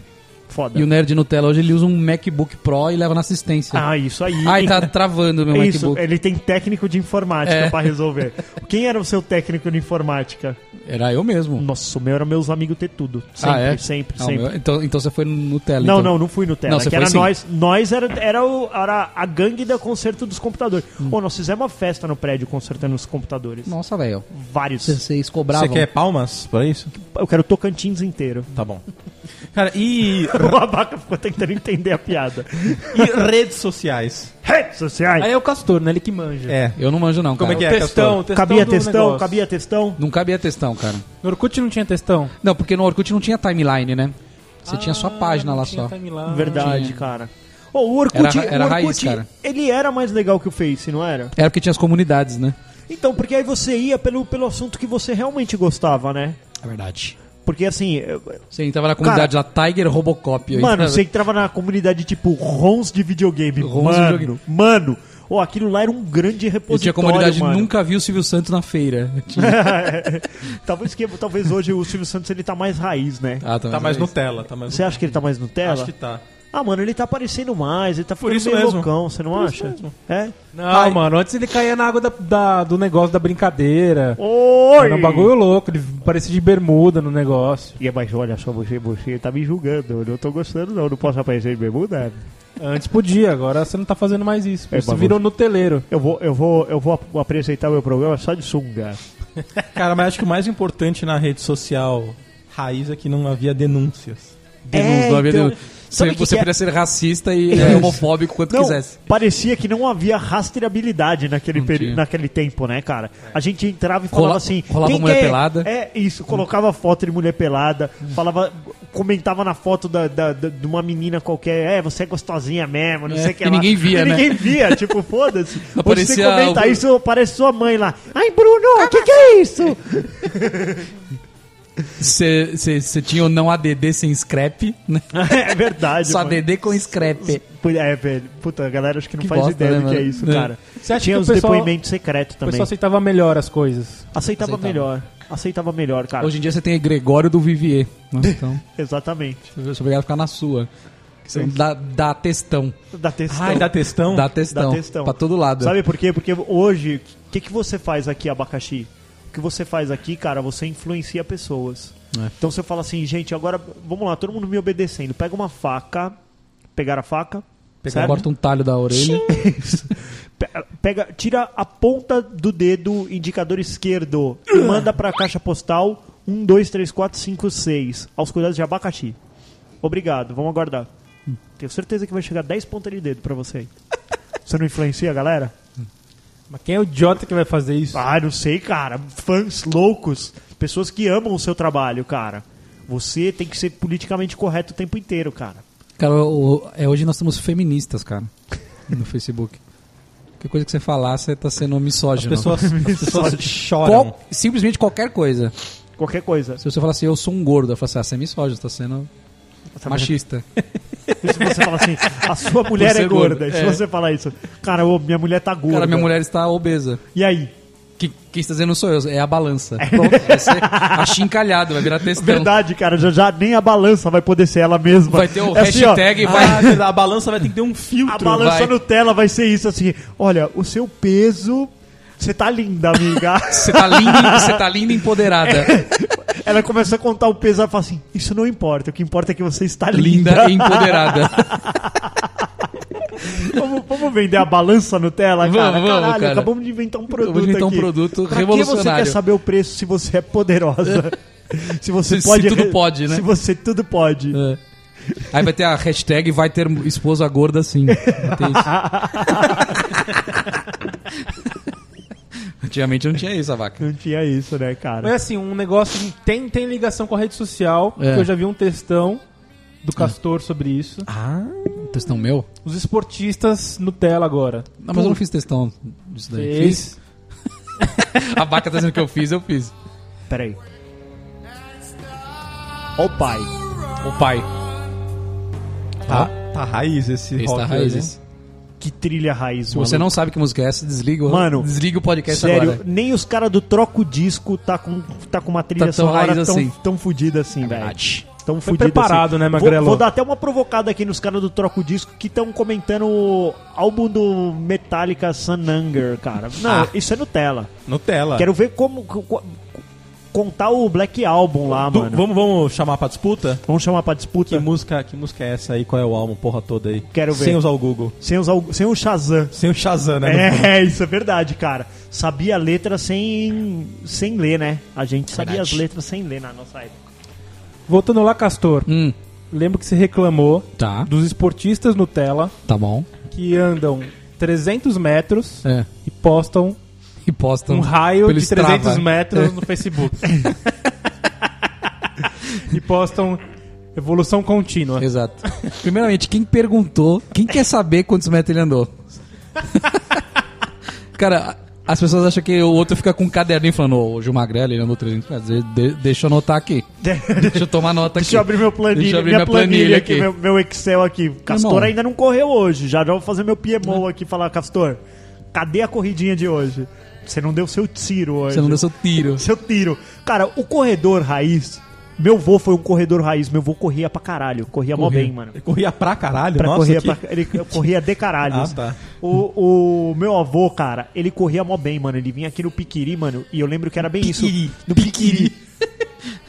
Speaker 3: Foda.
Speaker 5: Hum. E o nerd Nutella hoje ele usa um MacBook Pro e leva na assistência.
Speaker 3: Ah, isso aí.
Speaker 5: Ai, tá travando meu
Speaker 3: É
Speaker 5: MacBook.
Speaker 3: isso, ele tem técnico de informática
Speaker 5: É.
Speaker 3: pra resolver. Quem era o seu técnico de informática?
Speaker 5: Era eu mesmo.
Speaker 3: Nossa, o meu era meus amigos ter tudo. é. Hum, Sempre,
Speaker 5: ah, é?
Speaker 3: sempre,
Speaker 5: Ah, o
Speaker 3: sempre.
Speaker 5: meu- Então, então você foi no Nutella.
Speaker 3: Não,
Speaker 5: então.
Speaker 3: não, não fui no Terra.
Speaker 5: Não, você
Speaker 3: que
Speaker 5: foi
Speaker 3: era
Speaker 5: sim.
Speaker 3: nós, nós era, era, o- era a gangue da concerto dos computadores.
Speaker 5: Hum.
Speaker 3: Ô, nós fizemos uma festa no prédio consertando os computadores.
Speaker 5: Nossa, velho.
Speaker 3: Vários.
Speaker 5: Vocês cobravam.
Speaker 2: Você quer palmas pra isso?
Speaker 3: Eu quero Tocantins inteiro.
Speaker 2: Tá bom. Cara, e,
Speaker 3: O abaca ficou tentando entender a piada.
Speaker 2: e redes sociais?
Speaker 3: Redes sociais.
Speaker 4: Aí é o Castor, né? Ele que manja.
Speaker 2: É.
Speaker 5: Eu não manjo, não,
Speaker 2: Como
Speaker 5: cara.
Speaker 2: é que é?
Speaker 4: textão,
Speaker 2: Castor?
Speaker 4: textão
Speaker 3: cabia
Speaker 4: do
Speaker 3: textão,
Speaker 4: negócio.
Speaker 3: cabia textão.
Speaker 5: Não cabia textão, cara.
Speaker 4: No Orkut não tinha textão?
Speaker 5: Não, porque no Orkut não tinha timeline, né? Você tinha só a página lá só.
Speaker 3: Verdade,
Speaker 5: tinha.
Speaker 3: cara. Ô, o Orkut,
Speaker 5: Ah, Era ra- era
Speaker 3: o Orkut
Speaker 5: raiz, cara.
Speaker 3: ele era mais legal que o Face, não era?
Speaker 5: Era porque tinha as comunidades, né?
Speaker 3: Então, porque aí você ia pelo, pelo assunto que você realmente gostava, né?
Speaker 5: É verdade.
Speaker 3: Porque assim, eu-
Speaker 5: Você entrava na comunidade lá, Tiger Robocop. eu
Speaker 3: Mano,
Speaker 5: entrava-
Speaker 3: você entrava na comunidade tipo Rons de videogame.
Speaker 5: Rons de
Speaker 3: mano,
Speaker 5: videogame.
Speaker 3: mano. Ô, aquilo lá era um grande repositório,
Speaker 5: Eu tinha comunidade
Speaker 3: mano.
Speaker 5: nunca vi o Silvio Santos na feira. Tinha-
Speaker 3: talvez, que, talvez hoje o Silvio Santos ele tá mais raiz, né?
Speaker 5: Ah,
Speaker 2: Tá mais
Speaker 5: no
Speaker 2: Nutella, tá mais
Speaker 3: Você acha que ele tá mais Nutella?
Speaker 2: Acho que tá.
Speaker 3: Ah, mano, ele tá aparecendo mais, ele tá ficando
Speaker 2: Por isso
Speaker 3: meio
Speaker 2: mesmo.
Speaker 3: loucão, você não acha? É?
Speaker 4: Não,
Speaker 2: Ai.
Speaker 4: mano, antes ele caía na água da- da- do negócio da brincadeira.
Speaker 3: Oi!
Speaker 4: Era um bagulho louco, ele parecia de bermuda no negócio.
Speaker 3: E, é, mas olha só, você, você tá me julgando, eu não tô gostando não, não posso aparecer de bermuda.
Speaker 4: Antes podia, agora você não tá fazendo mais isso.
Speaker 3: É,
Speaker 4: Você
Speaker 3: mas
Speaker 4: virou
Speaker 3: você-
Speaker 4: nuteleiro.
Speaker 3: Eu vou, eu vou, eu vou ap- apresentar meu programa só de sunga.
Speaker 2: Cara, mas acho que o mais importante na rede social raiz é que não havia denúncias.
Speaker 5: denúncia, não havia
Speaker 3: então,
Speaker 5: denúncia.
Speaker 3: sabe
Speaker 5: Você,
Speaker 3: o que
Speaker 5: você
Speaker 3: que é?
Speaker 5: podia ser racista e
Speaker 3: Isso.
Speaker 5: homofóbico quanto
Speaker 3: Não,
Speaker 5: quisesse.
Speaker 3: parecia que não havia rastreabilidade naquele,
Speaker 5: Não
Speaker 3: peri-
Speaker 5: tinha.
Speaker 3: naquele tempo, né, cara? A gente entrava e falava
Speaker 5: Rola-
Speaker 3: assim...
Speaker 5: rolava
Speaker 3: "Quem
Speaker 5: mulher
Speaker 3: que é?"
Speaker 5: pelada.
Speaker 3: É, isso. Colocava foto de mulher pelada, falava... Comentava na foto da, da- da- de uma menina qualquer, é, você é gostosinha mesmo, não
Speaker 5: É,
Speaker 3: sei o que
Speaker 5: e
Speaker 3: lá.
Speaker 5: ninguém via,
Speaker 3: e
Speaker 5: né?
Speaker 3: ninguém via, tipo, foda-se. Hoje você
Speaker 5: Aparecia
Speaker 3: comenta
Speaker 5: o-
Speaker 3: isso, aparece sua mãe lá. Ai, Bruno, o que que é isso?
Speaker 5: Você você tinha ou não ADD sem scrap, né?
Speaker 3: é verdade,
Speaker 5: Só
Speaker 3: mano.
Speaker 5: ADD com scrap.
Speaker 3: É, velho. Puta, a galera acho que não
Speaker 5: Que
Speaker 3: faz
Speaker 5: bosta,
Speaker 3: ideia
Speaker 5: né,
Speaker 3: do que é
Speaker 5: mano?
Speaker 3: isso,
Speaker 5: Né?
Speaker 3: cara.
Speaker 4: Você acha
Speaker 3: Tinha
Speaker 4: que o
Speaker 3: os
Speaker 4: pessoal-
Speaker 3: depoimentos secretos
Speaker 4: O
Speaker 3: também.
Speaker 4: pessoal aceitava melhor as coisas.
Speaker 3: Aceitava,
Speaker 5: Aceitava.
Speaker 3: melhor. Aceitava melhor, cara.
Speaker 5: Hoje em dia você tem Gregório do Vivier. né? Então,
Speaker 3: Exatamente.
Speaker 5: você é obrigado a ficar na sua. Você dá, dá textão.
Speaker 3: Da textão.
Speaker 2: Ai, Ah, dá textão?
Speaker 5: Dá textão.
Speaker 3: Dá textão.
Speaker 5: Pra todo lado.
Speaker 3: Sabe por quê? Porque hoje, o que, que você faz aqui, abacaxi? O que você faz aqui, cara, você influencia pessoas. Então você fala assim, gente, agora, vamos lá, todo mundo me obedecendo. Pega uma faca. Pegar a faca.
Speaker 5: Você corta um talho da orelha.
Speaker 3: Pe- Pega, tira a ponta do dedo, indicador esquerdo, e manda pra caixa postal 1, 2, 3, 4, 5, 6. Aos cuidados de abacaxi. Obrigado, vamos aguardar. Hum, Tenho certeza que vai chegar 10 pontas de dedo pra você aí. Você não influencia, galera?
Speaker 4: Mas quem é o idiota que vai fazer isso?
Speaker 3: Ah, não sei, cara. Fãs loucos. Pessoas que amam o seu trabalho, cara. Você tem que ser politicamente correto o tempo inteiro, cara.
Speaker 5: Cara, o- é, hoje nós somos feministas, cara. No Facebook. Qualquer coisa que você falar, você tá sendo misógino.
Speaker 2: Pessoas, as pessoas choram.
Speaker 5: Qual- simplesmente qualquer coisa.
Speaker 3: Qualquer coisa.
Speaker 5: Se você falar assim, eu sou um gordo, eu falo assim, ah, você é misógino, você tá sendo
Speaker 3: tá
Speaker 5: machista.
Speaker 3: Se você fala assim, a sua mulher
Speaker 5: Você
Speaker 3: é
Speaker 5: é
Speaker 3: gorda.
Speaker 5: gordo,
Speaker 3: Se
Speaker 5: é.
Speaker 3: você falar isso, cara, ô, minha mulher tá gorda.
Speaker 5: Cara, minha mulher está obesa.
Speaker 3: E aí?
Speaker 5: Que, quem está dizendo não sou eu, é a balança. Pronto, vai ser achincalhado, vai virar textão.
Speaker 3: Verdade, cara, já, já nem a balança vai poder ser ela mesma.
Speaker 5: Então, Vai ter o
Speaker 3: É assim, ó,
Speaker 5: hashtag, vai...
Speaker 2: Ah, verdade, a balança vai ter que ter um
Speaker 3: a
Speaker 2: filtro.
Speaker 3: balança
Speaker 5: vai.
Speaker 3: Nutella vai ser isso, assim. Olha, o seu peso. Você tá linda, amiga.
Speaker 5: Você tá linda, você tá linda e empoderada.
Speaker 3: ela começa a contar o peso, ela fala assim: Isso não importa, o que importa é que você está linda.
Speaker 5: linda e empoderada.
Speaker 3: Vamos, vamos vender a balança Nutella, cara?
Speaker 5: Vamos, vamos,
Speaker 3: Caralho,
Speaker 5: cara.
Speaker 3: acabamos de inventar um produto
Speaker 5: Acabamos de inventar um
Speaker 3: aqui.
Speaker 5: produto
Speaker 3: pra que você
Speaker 5: revolucionário.
Speaker 3: quer saber o preço se você é poderosa? se você
Speaker 5: Se- se
Speaker 3: pode...
Speaker 5: tudo pode, né?
Speaker 3: Se você tudo pode.
Speaker 5: É. Aí vai ter a hashtag vai ter esposa gorda sim. Vai ter isso. Antigamente não tinha isso a vaca.
Speaker 3: Não tinha isso, né, cara?
Speaker 4: Mas assim, um negócio que tem, tem ligação com a rede social,
Speaker 5: É.
Speaker 4: que eu já vi um textão do Castor sobre isso.
Speaker 5: Ah, textão meu?
Speaker 4: Os esportistas Nutella agora.
Speaker 5: Não, mas eu não fiz textão disso daí. Fiz?
Speaker 4: Fez.
Speaker 5: A vaca tá dizendo que eu fiz, eu fiz.
Speaker 3: Peraí. Ó o pai.
Speaker 5: O pai.
Speaker 2: Tá, tá raiz esse
Speaker 5: Esse
Speaker 2: rock
Speaker 5: tá
Speaker 2: aí, né?
Speaker 5: raízes.
Speaker 3: Que trilha raiz,
Speaker 5: Se você
Speaker 3: maluco.
Speaker 5: não sabe que música é essa, desliga o,
Speaker 3: Mano,
Speaker 5: desliga o podcast
Speaker 3: Sério,
Speaker 5: agora. né?
Speaker 3: nem os caras do Troco Disco tá com, tá com uma trilha
Speaker 5: Tá tão
Speaker 3: sonora tão,
Speaker 5: raiz assim.
Speaker 3: tão fodida assim, velho.
Speaker 5: verdade.
Speaker 3: Tão
Speaker 4: Foi
Speaker 3: fodida
Speaker 4: preparado,
Speaker 3: assim.
Speaker 4: né,
Speaker 3: Vou-
Speaker 4: Magrelo?
Speaker 3: Vou, dar até uma provocada aqui nos caras do Troco Disco que estão comentando o álbum do Metallica Sun Anger, cara. Não,
Speaker 2: Ah.
Speaker 3: isso é Nutella.
Speaker 5: Ah.
Speaker 2: Nutella.
Speaker 3: Quero ver como... co- co- Contar o Black Album lá,
Speaker 2: Du-
Speaker 3: mano.
Speaker 2: vamos, vamos chamar pra disputa?
Speaker 3: Vamos chamar pra disputa.
Speaker 2: Que música, que música é essa aí? Qual é o álbum, porra toda aí?
Speaker 3: Quero ver.
Speaker 2: Sem usar o Google.
Speaker 3: Sem, usar o, sem o Shazam.
Speaker 2: Sem o Shazam, né?
Speaker 3: É, isso é verdade, cara. Sabia a letra sem, sem ler, né? A gente sabia
Speaker 5: Verdade.
Speaker 3: as letras sem ler na nossa época.
Speaker 4: Voltando lá, Castor.
Speaker 5: Hum,
Speaker 4: Lembro que você reclamou
Speaker 5: tá,
Speaker 4: dos esportistas Nutella
Speaker 5: tá bom.
Speaker 4: que andam 300 metros
Speaker 5: É.
Speaker 4: e postam
Speaker 5: E posta
Speaker 4: um raio
Speaker 5: pelo
Speaker 4: de 300
Speaker 5: Strava.
Speaker 4: metros no Facebook. e postam evolução contínua.
Speaker 5: Exato. Primeiramente, quem perguntou, quem quer saber quantos metros ele andou? Cara, as pessoas acham que o outro fica com um caderninho falando, ô, hoje o Magrelo, ele andou 300 metros. De- de- deixa eu anotar aqui. Deixa eu tomar nota aqui.
Speaker 3: Deixa eu abrir meu planilha,
Speaker 5: Deixa eu abrir
Speaker 3: minha
Speaker 5: minha planilha
Speaker 3: aqui,
Speaker 5: aqui.
Speaker 3: Meu, meu Excel aqui. Castor
Speaker 5: Irmão.
Speaker 3: ainda não correu hoje. Já já vou fazer meu PMO aqui e falar, Castor, cadê a corridinha de hoje? Você não deu seu tiro hoje.
Speaker 5: Você não deu seu tiro.
Speaker 3: seu tiro. Cara, o corredor raiz. Meu vô foi um corredor raiz. Meu vô corria pra caralho. Corria mó
Speaker 5: Corria.
Speaker 3: bem, mano.
Speaker 2: Ele corria pra caralho,
Speaker 3: É. Pra
Speaker 2: nossa.
Speaker 3: corria
Speaker 2: que- É,
Speaker 3: pra- ele corria de caralho.
Speaker 2: Ah, tá.
Speaker 3: o, o meu avô, cara, ele corria mó bem, mano. Ele vinha aqui no Piquiri, mano, e eu lembro que era bem
Speaker 2: Piquiri.
Speaker 3: isso. No Piquiri.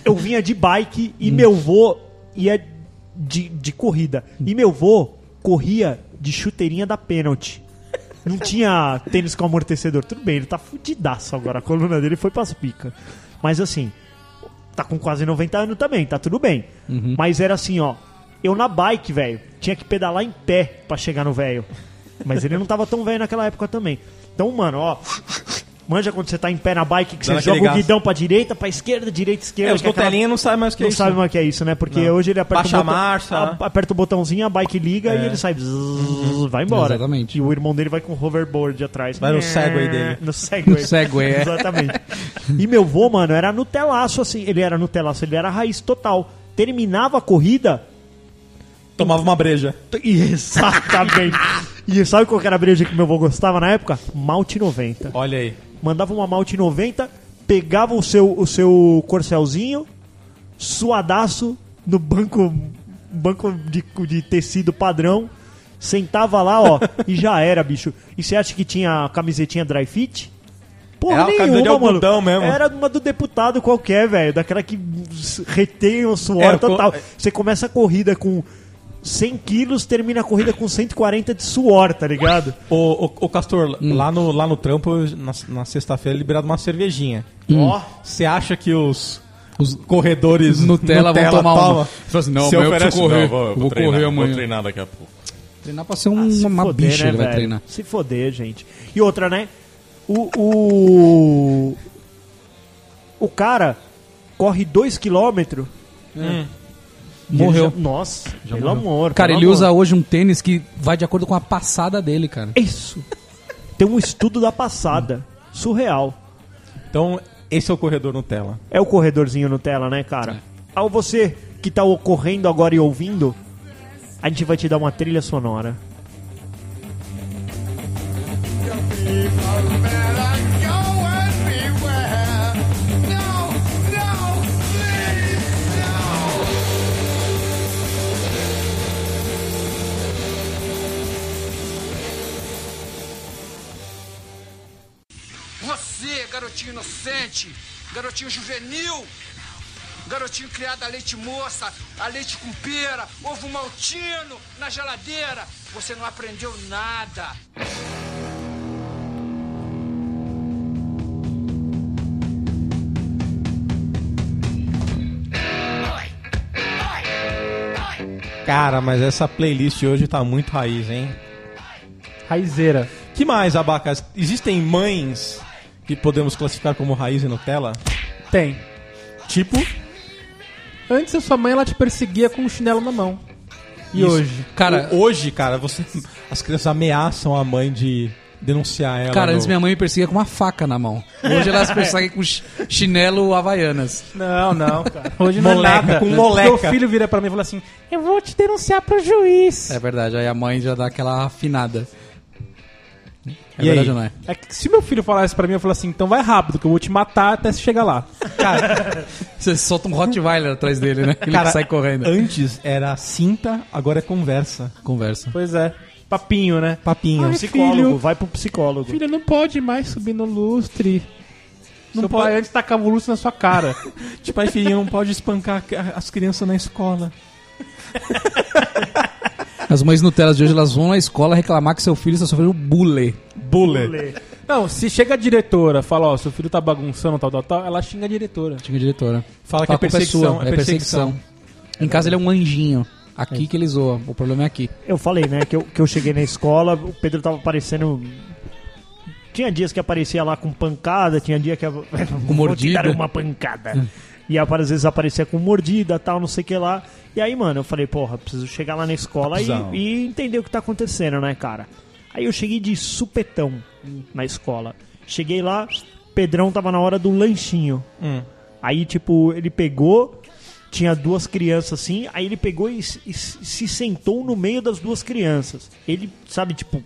Speaker 3: eu vinha de bike e meu vô ia de, de corrida. E meu vô corria de chuteirinha da pênalti. Não tinha tênis com amortecedor. Tudo bem, ele tá fudidaço agora. A coluna dele foi pras picas. Mas assim, tá com quase 90 anos também, tá tudo bem. Mas era assim, ó. Eu na bike, velho, tinha que pedalar em pé pra chegar no velho. Mas ele não tava tão velho naquela época também. Então, mano, ó. Manja quando você tá em pé na bike, que
Speaker 2: Dando
Speaker 3: você joga
Speaker 2: aquele
Speaker 3: o
Speaker 2: gás.
Speaker 3: guidão pra direita, pra esquerda, direita, esquerda.
Speaker 2: É, os
Speaker 3: que é aquela-
Speaker 2: Nutelinha não sabem mais o que é
Speaker 3: não
Speaker 2: isso.
Speaker 3: sabe mais o que é isso, né? Porque hoje ele aperta
Speaker 2: Baixa
Speaker 3: o
Speaker 2: a marcha. né? É.
Speaker 3: a- aperta o botãozinho, a bike liga e ele sai. zzz, vai embora.
Speaker 5: Exatamente.
Speaker 3: E o irmão dele vai com o hoverboard atrás.
Speaker 2: Uhum.
Speaker 3: É,
Speaker 2: Vai no Segway dele.
Speaker 3: No Segway.
Speaker 5: No Segway, é.
Speaker 3: Exatamente. E meu vô, mano, era Nutelaço, assim. Ele era Nutelaço, ele era raiz total. Terminava a corrida.
Speaker 2: Tomava uma breja.
Speaker 3: Exatamente. e sabe qual que era a breja que meu vô gostava na época? Malte 90.
Speaker 2: Olha aí.
Speaker 3: Mandava uma Malte 90, pegava o seu, o seu corcelzinho, suadaço no banco banco de, de tecido padrão, sentava lá, ó, e já era, bicho. E você acha que tinha a camisetinha dry fit?
Speaker 2: Era
Speaker 3: Porra,
Speaker 2: a
Speaker 3: nenhuma,
Speaker 2: É camisa de algodão
Speaker 3: mano.
Speaker 2: mesmo.
Speaker 3: Era uma do deputado qualquer, velho. Daquela que s- retém o suor
Speaker 2: Era co- é.
Speaker 3: total. Você começa a corrida com 100 quilos, termina a corrida com 140 de suor, tá ligado?
Speaker 2: Ô, ô, ô, Castor,
Speaker 5: Hum.
Speaker 2: lá, no, lá no trampo, eu- na, na sexta-feira, é liberado uma cervejinha.
Speaker 3: Ó.
Speaker 2: Você acha que os
Speaker 5: Hum. Os
Speaker 2: corredores
Speaker 5: Nutella, vão tomar
Speaker 2: toma?
Speaker 5: uma. Fala assim, não,
Speaker 8: Se
Speaker 5: amanhã eu preciso
Speaker 8: oferece,
Speaker 5: correr.
Speaker 8: não, vou,
Speaker 5: eu
Speaker 8: vou
Speaker 5: vou
Speaker 8: treinar,
Speaker 5: correr
Speaker 8: Vou
Speaker 5: amanhã.
Speaker 8: treinar
Speaker 5: Treinar,
Speaker 8: daqui a pouco.
Speaker 5: pra ser um-
Speaker 3: Ah, se
Speaker 5: uma
Speaker 3: foder,
Speaker 5: bicha,
Speaker 3: né,
Speaker 5: ele vai
Speaker 3: velho?
Speaker 5: treinar.
Speaker 3: Se foder, gente. E outra, né? O. O, o cara corre 2km.
Speaker 5: Morreu.
Speaker 3: Nossa, pelo amor.
Speaker 5: Cara,
Speaker 3: pelo
Speaker 5: ele
Speaker 3: amor.
Speaker 5: usa hoje um tênis que vai de acordo com a passada dele, cara.
Speaker 3: Isso. Tem um estudo da passada. Surreal.
Speaker 2: Então, esse é o corredor Nutella.
Speaker 3: É o corredorzinho Nutella, né,
Speaker 5: É.
Speaker 3: cara? Ao você que tá ocorrendo agora e ouvindo, a gente vai te dar uma trilha sonora.
Speaker 7: Você, garotinho inocente, garotinho juvenil, garotinho criado a leite moça, a leite com pera, ovo maltino na geladeira, você não aprendeu nada.
Speaker 2: Cara, mas essa playlist hoje tá muito raiz, hein?
Speaker 4: Raizeira.
Speaker 2: Que mais, Abacas? Existem mães que podemos classificar como raiz e Nutella?
Speaker 4: Tem.
Speaker 2: Tipo,
Speaker 4: Antes a sua mãe ela te perseguia com o chinelo na mão. E
Speaker 2: Isso.
Speaker 4: hoje?
Speaker 5: Cara,
Speaker 2: o- hoje, cara, você as crianças ameaçam a mãe de denunciar ela.
Speaker 5: cara,
Speaker 2: no-
Speaker 5: antes minha mãe me perseguia com uma faca na mão. Hoje elas perseguem com chi- chinelo havaianas.
Speaker 4: Não, não, cara. Hoje não
Speaker 2: Moleca,
Speaker 4: é nada.
Speaker 2: com moleca.
Speaker 4: Meu filho vira pra mim e fala assim: Eu vou te denunciar pro juiz.
Speaker 5: É verdade, aí a mãe já dá aquela afinada. É
Speaker 2: E
Speaker 5: verdade
Speaker 2: aí?
Speaker 5: ou não é?
Speaker 4: É que se meu filho falasse pra mim, eu falasse assim: Então vai rápido, que eu vou te matar até você chegar lá.
Speaker 5: Você solta um Rottweiler atrás dele, né? Ele
Speaker 2: Cara,
Speaker 5: sai correndo.
Speaker 2: Antes era cinta, agora é conversa.
Speaker 5: Conversa.
Speaker 4: Pois é. Papinho, né?
Speaker 2: Papinho.
Speaker 4: Ai,
Speaker 3: Psicólogo,
Speaker 4: Filho.
Speaker 3: vai pro psicólogo.
Speaker 4: Filho, não pode mais subir no lustre. Não
Speaker 2: Seu
Speaker 4: pode.
Speaker 2: pai
Speaker 4: Antes tacava o lustre na sua cara.
Speaker 2: Tipo, aí filhinho não pode espancar a- as crianças na escola.
Speaker 5: As mães Nutelas de hoje, elas vão na escola reclamar que seu filho está sofrendo bullying.
Speaker 2: Bullet.
Speaker 4: não, se chega a diretora, fala: Ó, seu filho tá bagunçando, tal, tal, tal, ela xinga a diretora.
Speaker 2: Tipo,
Speaker 5: Tinha diretora.
Speaker 2: Fala que
Speaker 5: a
Speaker 2: é
Speaker 5: culpa
Speaker 2: perseguição,
Speaker 5: sua, é perseguição. Em casa ele é um anjinho. Aqui que ele zoa. O problema é aqui.
Speaker 3: Eu falei, né, que eu, que eu cheguei na escola, o Pedro tava aparecendo. Tinha dias que aparecia lá com pancada, tinha dia que. Com
Speaker 5: mordida.
Speaker 3: uma pancada. E aí, às vezes aparecia com mordida, tal, não sei o que lá. E aí, mano, eu falei, porra, preciso chegar lá na escola e,
Speaker 2: Cusão.
Speaker 3: e entender o que tá acontecendo, né, cara? Aí eu cheguei de supetão na escola. Cheguei lá, Pedrão tava na hora do lanchinho. Aí, tipo, ele pegou, tinha duas crianças assim, aí ele pegou e, s- e s- se sentou no meio das duas crianças. Ele, sabe, tipo,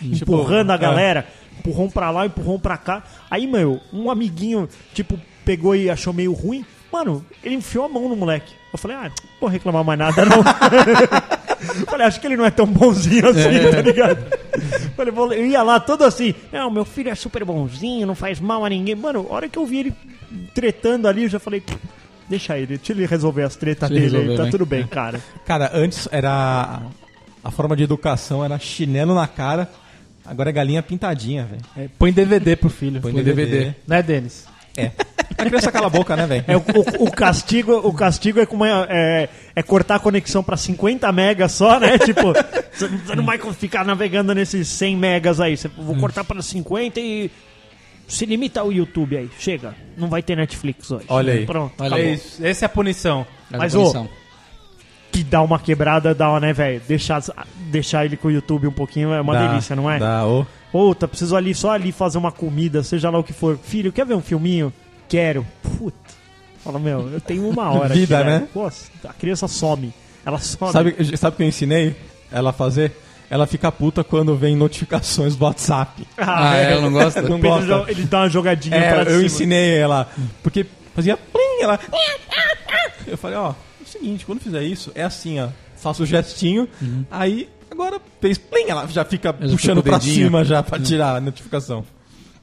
Speaker 5: É.
Speaker 3: empurrando a galera, empurrou um pra lá, empurrou um pra cá. Aí, meu, um amiguinho, tipo, pegou e achou meio ruim. Mano, ele enfiou a mão no moleque. Eu falei, ah, não vou reclamar mais nada, não. falei, acho que ele não é tão bonzinho assim, tá ligado? Falei, vou- eu ia lá todo assim, não, meu filho é super bonzinho, não faz mal a ninguém. Mano, a hora que eu vi ele tretando ali, eu já falei, deixa ele, deixa ele resolver as tretas
Speaker 5: Deixa ele
Speaker 3: dele, aí,
Speaker 5: resolver,
Speaker 3: tá
Speaker 5: né?
Speaker 3: tudo bem, cara.
Speaker 2: Cara, antes era. A forma de educação era chinelo na cara, agora é galinha pintadinha, velho.
Speaker 4: É, põe DVD pro filho.
Speaker 5: Põe DVD.
Speaker 4: Né, Denis?
Speaker 2: É. A criança cala a boca, né, velho?
Speaker 3: É, o, o- o castigo, o castigo é, como é, é- é cortar a conexão pra 50 megas só, né? Tipo, você não- você não vai ficar navegando nesses 100 megas aí. Você, vou
Speaker 2: Hum.
Speaker 3: cortar pra 50 e se limita ao YouTube aí. Chega, não vai ter Netflix hoje.
Speaker 2: Olha aí.
Speaker 3: Pronto,
Speaker 5: Olha
Speaker 3: acabou.
Speaker 5: aí.
Speaker 4: Isso, essa é a punição.
Speaker 5: É uma
Speaker 3: Mas,
Speaker 5: punição.
Speaker 3: Que dá uma quebrada, dá, né, velho? Deixar, deixar ele com o YouTube um pouquinho é uma
Speaker 2: Dá,
Speaker 3: delícia, não é?
Speaker 2: Dá, ô.
Speaker 3: Puta, preciso ali, só ali fazer uma comida, seja lá o que for. Filho, quer ver um filminho? Quero. Puta. Fala, meu, eu tenho uma hora.
Speaker 2: Vida,
Speaker 3: aqui, velho.
Speaker 2: né?
Speaker 3: Pô, a criança some. Ela some.
Speaker 2: Sabe, sabe o que eu ensinei ela a fazer? Ela fica puta quando vem notificações do WhatsApp.
Speaker 5: Ah, é, ela não gosta?
Speaker 2: Não
Speaker 3: Pedro
Speaker 2: gosta.
Speaker 3: já- Ele dá uma jogadinha
Speaker 2: É,
Speaker 3: pra
Speaker 2: eu
Speaker 3: cima.
Speaker 2: ensinei ela. Porque fazia plim, ela. Eu falei, ó, é o seguinte, quando fizer isso, é assim, ó. Faço o gestinho, aí agora fez plim, ela já fica
Speaker 5: já
Speaker 2: puxando
Speaker 5: fica o
Speaker 2: pra
Speaker 5: dedinho.
Speaker 2: cima já pra tirar a notificação.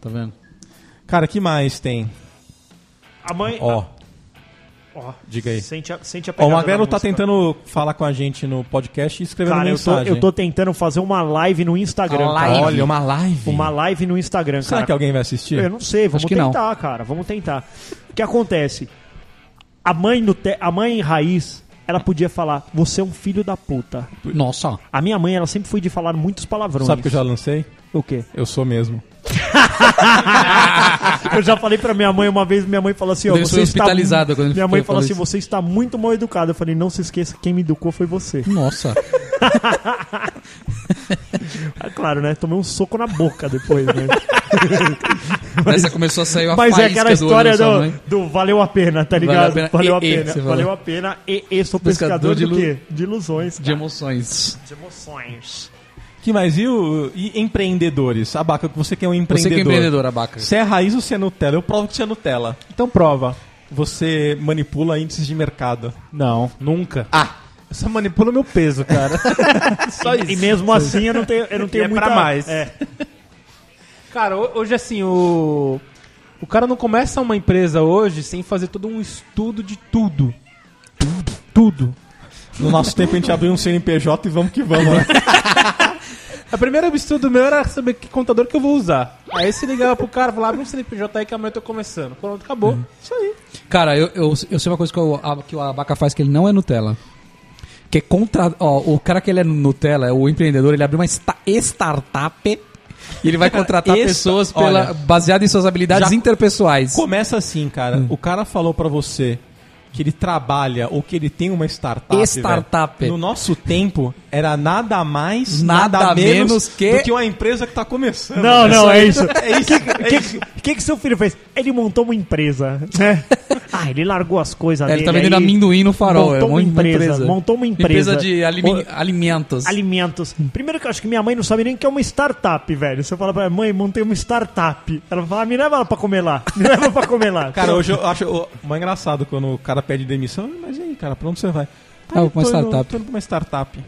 Speaker 5: Tá vendo?
Speaker 2: Cara, que mais tem?
Speaker 3: A mãe. Ah,
Speaker 2: Ó,
Speaker 3: ó,
Speaker 2: diga aí.
Speaker 3: Sente a, sente
Speaker 2: ó
Speaker 3: a pegada
Speaker 2: o
Speaker 3: da
Speaker 2: Magrelo tá
Speaker 3: música.
Speaker 2: tentando um falar com a gente no podcast e escrevendo
Speaker 3: Cara, eu tô,
Speaker 2: mensagem.
Speaker 3: eu tô tentando fazer uma live no Instagram. cara.
Speaker 2: Olha, uma live.
Speaker 3: Uma live no Instagram,
Speaker 2: Será
Speaker 3: cara.
Speaker 2: que é alguém vai assistir?
Speaker 3: Eu não sei, vamos
Speaker 5: Acho que não.
Speaker 3: tentar, cara. Vamos tentar. O que acontece? A mãe, no te... a mãe raiz, ela podia falar, você é um filho da puta.
Speaker 5: Nossa.
Speaker 3: A minha mãe, ela sempre foi de falar muitos palavrões.
Speaker 2: Sabe que eu já lancei?
Speaker 3: O quê?
Speaker 2: Eu sou mesmo.
Speaker 3: Eu já falei pra minha mãe uma vez, minha mãe falou assim, ó,
Speaker 5: Quando ele
Speaker 3: você
Speaker 5: foi
Speaker 3: está...
Speaker 5: hospitalizado, quando ele
Speaker 3: Minha mãe
Speaker 5: foi-
Speaker 3: falou assim,
Speaker 5: falou
Speaker 3: você está muito mal educado. Eu falei, não se esqueça, quem me educou foi você.
Speaker 5: Nossa.
Speaker 3: É claro, né? Tomei um soco na boca depois, né?
Speaker 5: Essa começou a sair uma
Speaker 3: Mas é
Speaker 5: faísca
Speaker 3: aquela
Speaker 5: do né? olho
Speaker 3: história
Speaker 5: da sua
Speaker 3: do,
Speaker 5: mãe.
Speaker 3: do valeu a pena, tá
Speaker 5: Valeu
Speaker 3: ligado?
Speaker 5: a pena,
Speaker 3: Valeu a
Speaker 5: e- e,
Speaker 3: pena,
Speaker 5: você falou.
Speaker 3: valeu a pena, e, e sou pescador,
Speaker 5: Pescador de
Speaker 3: de,
Speaker 5: ilu-
Speaker 3: quê? De ilusões,
Speaker 5: De
Speaker 3: cara.
Speaker 5: emoções.
Speaker 3: de emoções.
Speaker 2: Que mais? E, o- e empreendedores? Abaca, você que é um
Speaker 5: Você
Speaker 2: empreendedor.
Speaker 5: que é empreendedor, abaca.
Speaker 2: Se é raiz ou se é Nutella? Eu provo que você é Nutella.
Speaker 4: Então prova.
Speaker 2: Você manipula índices de mercado.
Speaker 4: Não, nunca. Ah! Eu só manipulo meu peso, cara. só
Speaker 3: E, e mesmo assim eu não tenho, eu não tenho
Speaker 4: é pra
Speaker 3: muita...
Speaker 4: mais.
Speaker 3: É,
Speaker 4: Cara, ho- hoje assim, o. O cara não começa uma empresa hoje sem fazer todo um estudo de tudo. Tudo. Tudo.
Speaker 2: No nosso tempo a gente abriu um CNPJ e vamos que vamos, né?
Speaker 4: A primeira estudo meu era saber que contador que eu vou usar. Aí se ligava pro cara, falava, abre um CNPJ aí que amanhã eu tô começando. Pronto, acabou.
Speaker 3: Uhum.
Speaker 4: Isso aí.
Speaker 5: Cara, eu, eu, eu sei uma coisa que, o a- que o abaca faz que ele não é Nutella. Que é contra. Ó, o cara que ele é Nutella, o empreendedor, ele abre uma esta- startup e ele vai contratar
Speaker 2: esta-
Speaker 5: pessoas pela,
Speaker 2: olha,
Speaker 5: baseado em suas habilidades
Speaker 2: já-
Speaker 5: interpessoais.
Speaker 2: Começa assim, cara. O cara falou pra você que ele trabalha ou que ele tem uma startup.
Speaker 5: Startup.
Speaker 2: velho. No nosso tempo, era nada mais,
Speaker 5: Nada
Speaker 2: nada, menos,
Speaker 5: menos que-
Speaker 2: do que uma empresa que tá começando.
Speaker 3: Não,
Speaker 2: velho.
Speaker 3: não, é
Speaker 2: aí.
Speaker 3: isso.
Speaker 2: É isso. é isso.
Speaker 3: O que, que seu filho fez? Ele montou uma empresa. né? ah, ele largou as coisas
Speaker 5: É,
Speaker 3: dele.
Speaker 5: ele tá vendendo
Speaker 3: aí
Speaker 5: amendoim no farol. é
Speaker 3: Montou uma empresa, Montou uma empresa.
Speaker 5: de alimi- alimentos.
Speaker 3: alimentos. Primeiro que eu acho que minha mãe não sabe nem o que é uma startup, velho. Você fala pra ela, mãe, montei uma startup. Ela fala, ah, me leva lá pra comer lá. Me leva pra comer lá.
Speaker 2: Cara, hoje eu acho ó, mais engraçado quando o cara pede demissão. "Ah, Mas e aí, cara, pra onde você vai?
Speaker 5: Ah,
Speaker 2: eu
Speaker 5: pra uma
Speaker 2: tô indo-
Speaker 5: startup.
Speaker 2: tô indo pra uma startup.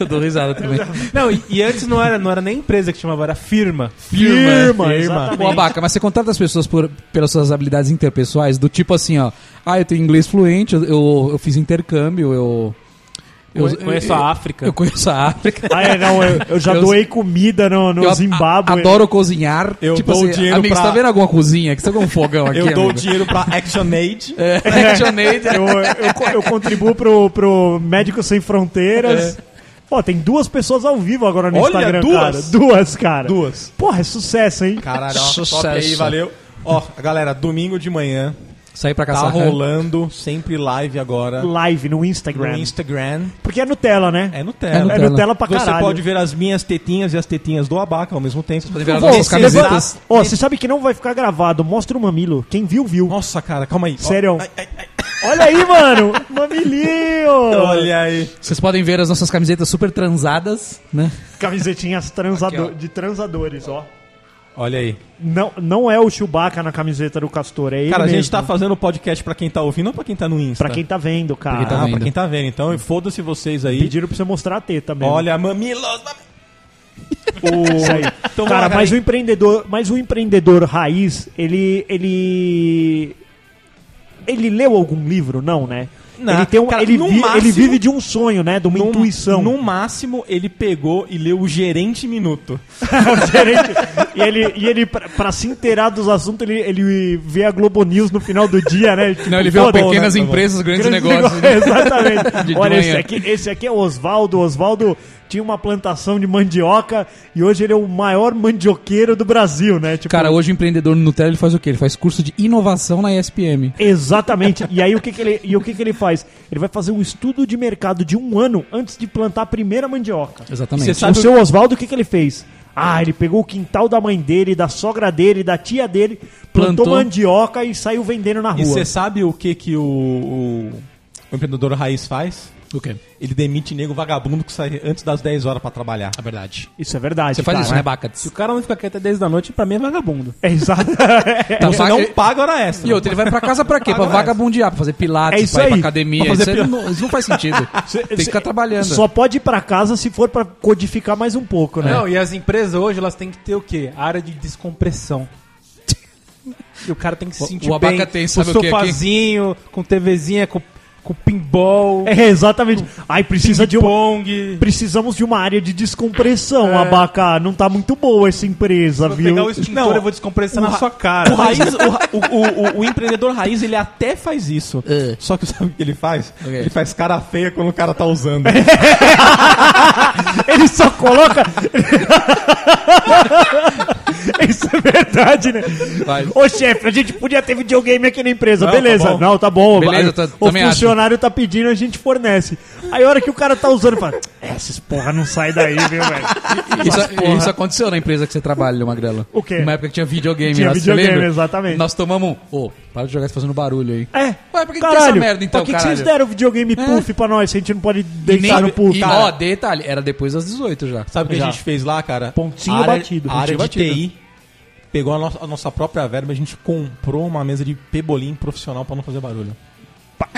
Speaker 5: Eu dou risada também.
Speaker 4: Não, e, e antes não era, não era nem empresa que chamava, era firma.
Speaker 3: firma,
Speaker 5: Ô,
Speaker 3: exatamente.
Speaker 5: Abaca, mas você contrata as pessoas por- pelas suas habilidades interpessoais, do tipo assim, ó. Ah, eu tenho inglês fluente, eu, eu, eu fiz intercâmbio, eu.
Speaker 4: Eu conheço a África.
Speaker 5: Eu conheço a África.
Speaker 3: Ah, é, não, eu, eu já
Speaker 5: Eu-
Speaker 3: doei comida no, no
Speaker 5: Eu a-
Speaker 3: Zimbábue.
Speaker 5: a- adoro cozinhar.
Speaker 2: Eu dou o dinheiro
Speaker 5: Amigo,
Speaker 2: pra-
Speaker 5: você tá vendo alguma cozinha? Que você tá com um fogão aqui.
Speaker 2: Eu dou o
Speaker 5: amigo.
Speaker 2: dinheiro pra ActionAid.
Speaker 5: É, ActionAid.
Speaker 3: Eu, eu, co- eu contribuo pro, pro Médicos Sem Fronteiras. Pô, tem duas pessoas ao vivo agora no
Speaker 2: É. Olha,
Speaker 3: Instagram,
Speaker 2: duas?
Speaker 3: cara. Duas, cara.
Speaker 2: Duas.
Speaker 3: Porra, é sucesso, hein?
Speaker 2: Caralho, ó, top
Speaker 5: Sucesso.
Speaker 2: aí, valeu. Ó, galera, domingo de manhã,
Speaker 5: Saí pra
Speaker 2: tá
Speaker 5: caçar. né? rã.
Speaker 2: rolando, sempre live agora,
Speaker 3: Live no Instagram.
Speaker 2: no Instagram.
Speaker 3: Porque é Nutella, né?
Speaker 2: É
Speaker 5: É
Speaker 2: Nutella.
Speaker 5: Nutella.
Speaker 3: É Nutella pra
Speaker 2: Você
Speaker 3: caralho.
Speaker 2: pode ver as minas tetinhas e as tetinhas do Abaca ao mesmo tempo. Vocês podem
Speaker 5: ver as
Speaker 3: Pô,
Speaker 5: nossas camisetas.
Speaker 3: levanta- Ó, você sabe que não vai ficar gravado. Mostra o mamilo. Quem viu, viu.
Speaker 2: Nossa, cara, calma aí.
Speaker 3: Sério. Olha aí, mano. Mamilinho.
Speaker 2: Ó, Olha aí.
Speaker 5: Vocês podem ver as nossas camisetas super transadas, né?
Speaker 3: Camisetinhas transado-
Speaker 5: Aqui, ó.
Speaker 3: de transadores, ó.
Speaker 2: Olha aí.
Speaker 3: Não, não é o Chewbacca na camiseta do Castor, é ele
Speaker 2: Cara, a gente
Speaker 3: mesmo.
Speaker 2: tá fazendo podcast pra quem tá ouvindo ou pra quem tá no Insta?
Speaker 3: Pra quem tá vendo, cara.
Speaker 5: Pra quem tá
Speaker 2: Ah, pra
Speaker 5: vendo.
Speaker 2: quem tá vendo. Então, e foda-se vocês aí.
Speaker 3: Pediram pra você mostrar a teta mesmo.
Speaker 2: Olha, mamilos, mamilos.
Speaker 3: Isso
Speaker 2: Então,
Speaker 3: aí.
Speaker 2: vamos lá,
Speaker 3: Tipo, cara,
Speaker 2: cara,
Speaker 3: mas o
Speaker 2: aí.
Speaker 3: empreendedor, mas o empreendedor raiz, ele ele ele leu algum livro, não, né?
Speaker 2: Não,
Speaker 3: ele tem um,
Speaker 2: cara,
Speaker 3: ele,
Speaker 2: no
Speaker 3: vi-
Speaker 2: máximo-
Speaker 3: ele vive de um sonho, né? De uma
Speaker 2: No-
Speaker 3: intuição.
Speaker 2: No máximo, ele pegou e leu o gerente minuto.
Speaker 3: Diferente. e ele, e ele pra, pra se inteirar dos assuntos, ele, ele vê a Globo News no final do dia, né? Tipo,
Speaker 5: Não, ele viu
Speaker 3: pô, bom,
Speaker 5: pequenas
Speaker 3: né?
Speaker 5: empresas, grandes,
Speaker 3: Grandes
Speaker 5: negócios.
Speaker 3: negócios,
Speaker 5: né?
Speaker 3: Exatamente.
Speaker 5: De
Speaker 3: Olha,
Speaker 5: manhã.
Speaker 3: esse aqui, esse aqui é o Oswaldo. O Oswaldo tinha uma plantação de mandioca e hoje ele é o maior mandioqueiro do Brasil, né? Tipo,
Speaker 5: Cara, hoje o empreendedor no Nutella ele faz o quê? Ele faz curso de inovação na ESPM.
Speaker 3: Exatamente. E aí o que, que ele e o que, que ele faz? Ele vai fazer um estudo de mercado de um ano antes de plantar a primeira mandioca.
Speaker 5: Exatamente.
Speaker 2: Você sabe
Speaker 3: o seu Oswaldo, o que, que ele fez? Ah, ele pegou o quintal da mãe dele, da sogra dele, da tia dele, plantou,
Speaker 5: Plantou. é
Speaker 3: mandioca e saiu vendendo na
Speaker 2: E
Speaker 3: rua.
Speaker 2: você sabe o que que o, o- o empreendedor raiz faz?
Speaker 5: O quê?
Speaker 2: Ele demite nego vagabundo que sai antes das 10 horas pra trabalhar.
Speaker 5: A verdade.
Speaker 3: Isso é verdade.
Speaker 5: Você faz
Speaker 3: cara.
Speaker 5: isso, né, Bacats?
Speaker 4: Se o cara não fica quieto até 10 da noite, pra mim é vagabundo.
Speaker 3: É exato.
Speaker 5: Tá,
Speaker 2: Você
Speaker 5: só
Speaker 2: não
Speaker 5: que-
Speaker 2: paga hora extra.
Speaker 5: E outro, ele vai pra casa pra quê? Pra
Speaker 2: Agora é.
Speaker 5: vagabundear, pra fazer pilates,
Speaker 3: É isso
Speaker 5: pra ir pra
Speaker 3: aí.
Speaker 5: academia.
Speaker 2: Pra fazer
Speaker 5: isso, aí
Speaker 2: pil-
Speaker 5: não, isso não faz sentido. Tem que ficar trabalhando.
Speaker 3: Só pode ir pra casa se for pra codificar mais um pouco,
Speaker 5: É.
Speaker 3: né?
Speaker 4: Não, e as empresas hoje, elas têm que ter o quê? A área de descompressão. E o cara tem que se
Speaker 5: O-
Speaker 4: sentir
Speaker 5: o abaca
Speaker 4: bem.
Speaker 5: tem, sabe
Speaker 4: o
Speaker 5: o quê aqui?
Speaker 4: sofazinho, com TVzinha, com, com pinball,
Speaker 3: É exatamente. Aí precisa de um,
Speaker 4: pong.
Speaker 3: precisamos de uma área de
Speaker 5: É.
Speaker 3: descompressão, Abacá. Não tá muito boa essa empresa, viu?
Speaker 4: Pegar o extintor,
Speaker 5: é
Speaker 2: Não,
Speaker 4: eu vou descompressar
Speaker 2: o
Speaker 4: na
Speaker 2: ra-
Speaker 4: sua cara.
Speaker 2: O, raiz, o, ra- o- o- o- o empreendedor raiz, ele até faz isso.
Speaker 5: É.
Speaker 2: Só que sabe o que ele faz?
Speaker 5: quê?
Speaker 2: Ele faz cara feia quando o cara tá usando.
Speaker 3: Ele só coloca. Isso é verdade, né?
Speaker 5: Vai.
Speaker 3: Ô chefe, a gente podia ter videogame aqui na empresa.
Speaker 2: Não,
Speaker 3: Beleza.
Speaker 2: tá bom.
Speaker 3: Não, tá bom.
Speaker 5: Beleza,
Speaker 3: Aí,
Speaker 5: tá-
Speaker 3: o
Speaker 5: também acho.
Speaker 3: funcionário tá pedindo, a gente fornece. Aí a hora que o cara tá usando, fala, "É, esses porra não sai daí, viu, velho?
Speaker 5: Isso, isso aconteceu na empresa que você trabalha, Magrela.
Speaker 3: O quê?
Speaker 5: Uma época que tinha videogame
Speaker 3: Tinha
Speaker 5: lá, você
Speaker 3: videogame,
Speaker 5: lembra?
Speaker 3: exatamente.
Speaker 5: Nós tomamos um. Ô, para de jogar, você fazendo barulho aí.
Speaker 3: É,
Speaker 5: Ué, por que que tem
Speaker 3: caralho,
Speaker 5: essa merda então,
Speaker 3: Por que, que
Speaker 5: caralho? É.
Speaker 3: vocês deram videogame puff pra nós? Se a gente não pode deixar no puff,
Speaker 5: e,
Speaker 3: cara?
Speaker 5: ó, detalhe, era depois das 18 já.
Speaker 2: Sabe o que a
Speaker 3: Já.
Speaker 2: gente fez lá, cara?
Speaker 3: Pontinho
Speaker 2: a área,
Speaker 3: batido.
Speaker 2: A área de
Speaker 5: Pontinho batido.
Speaker 2: TI pegou a nossa, a nossa própria verba, a gente comprou uma mesa de pebolim profissional pra não fazer barulho.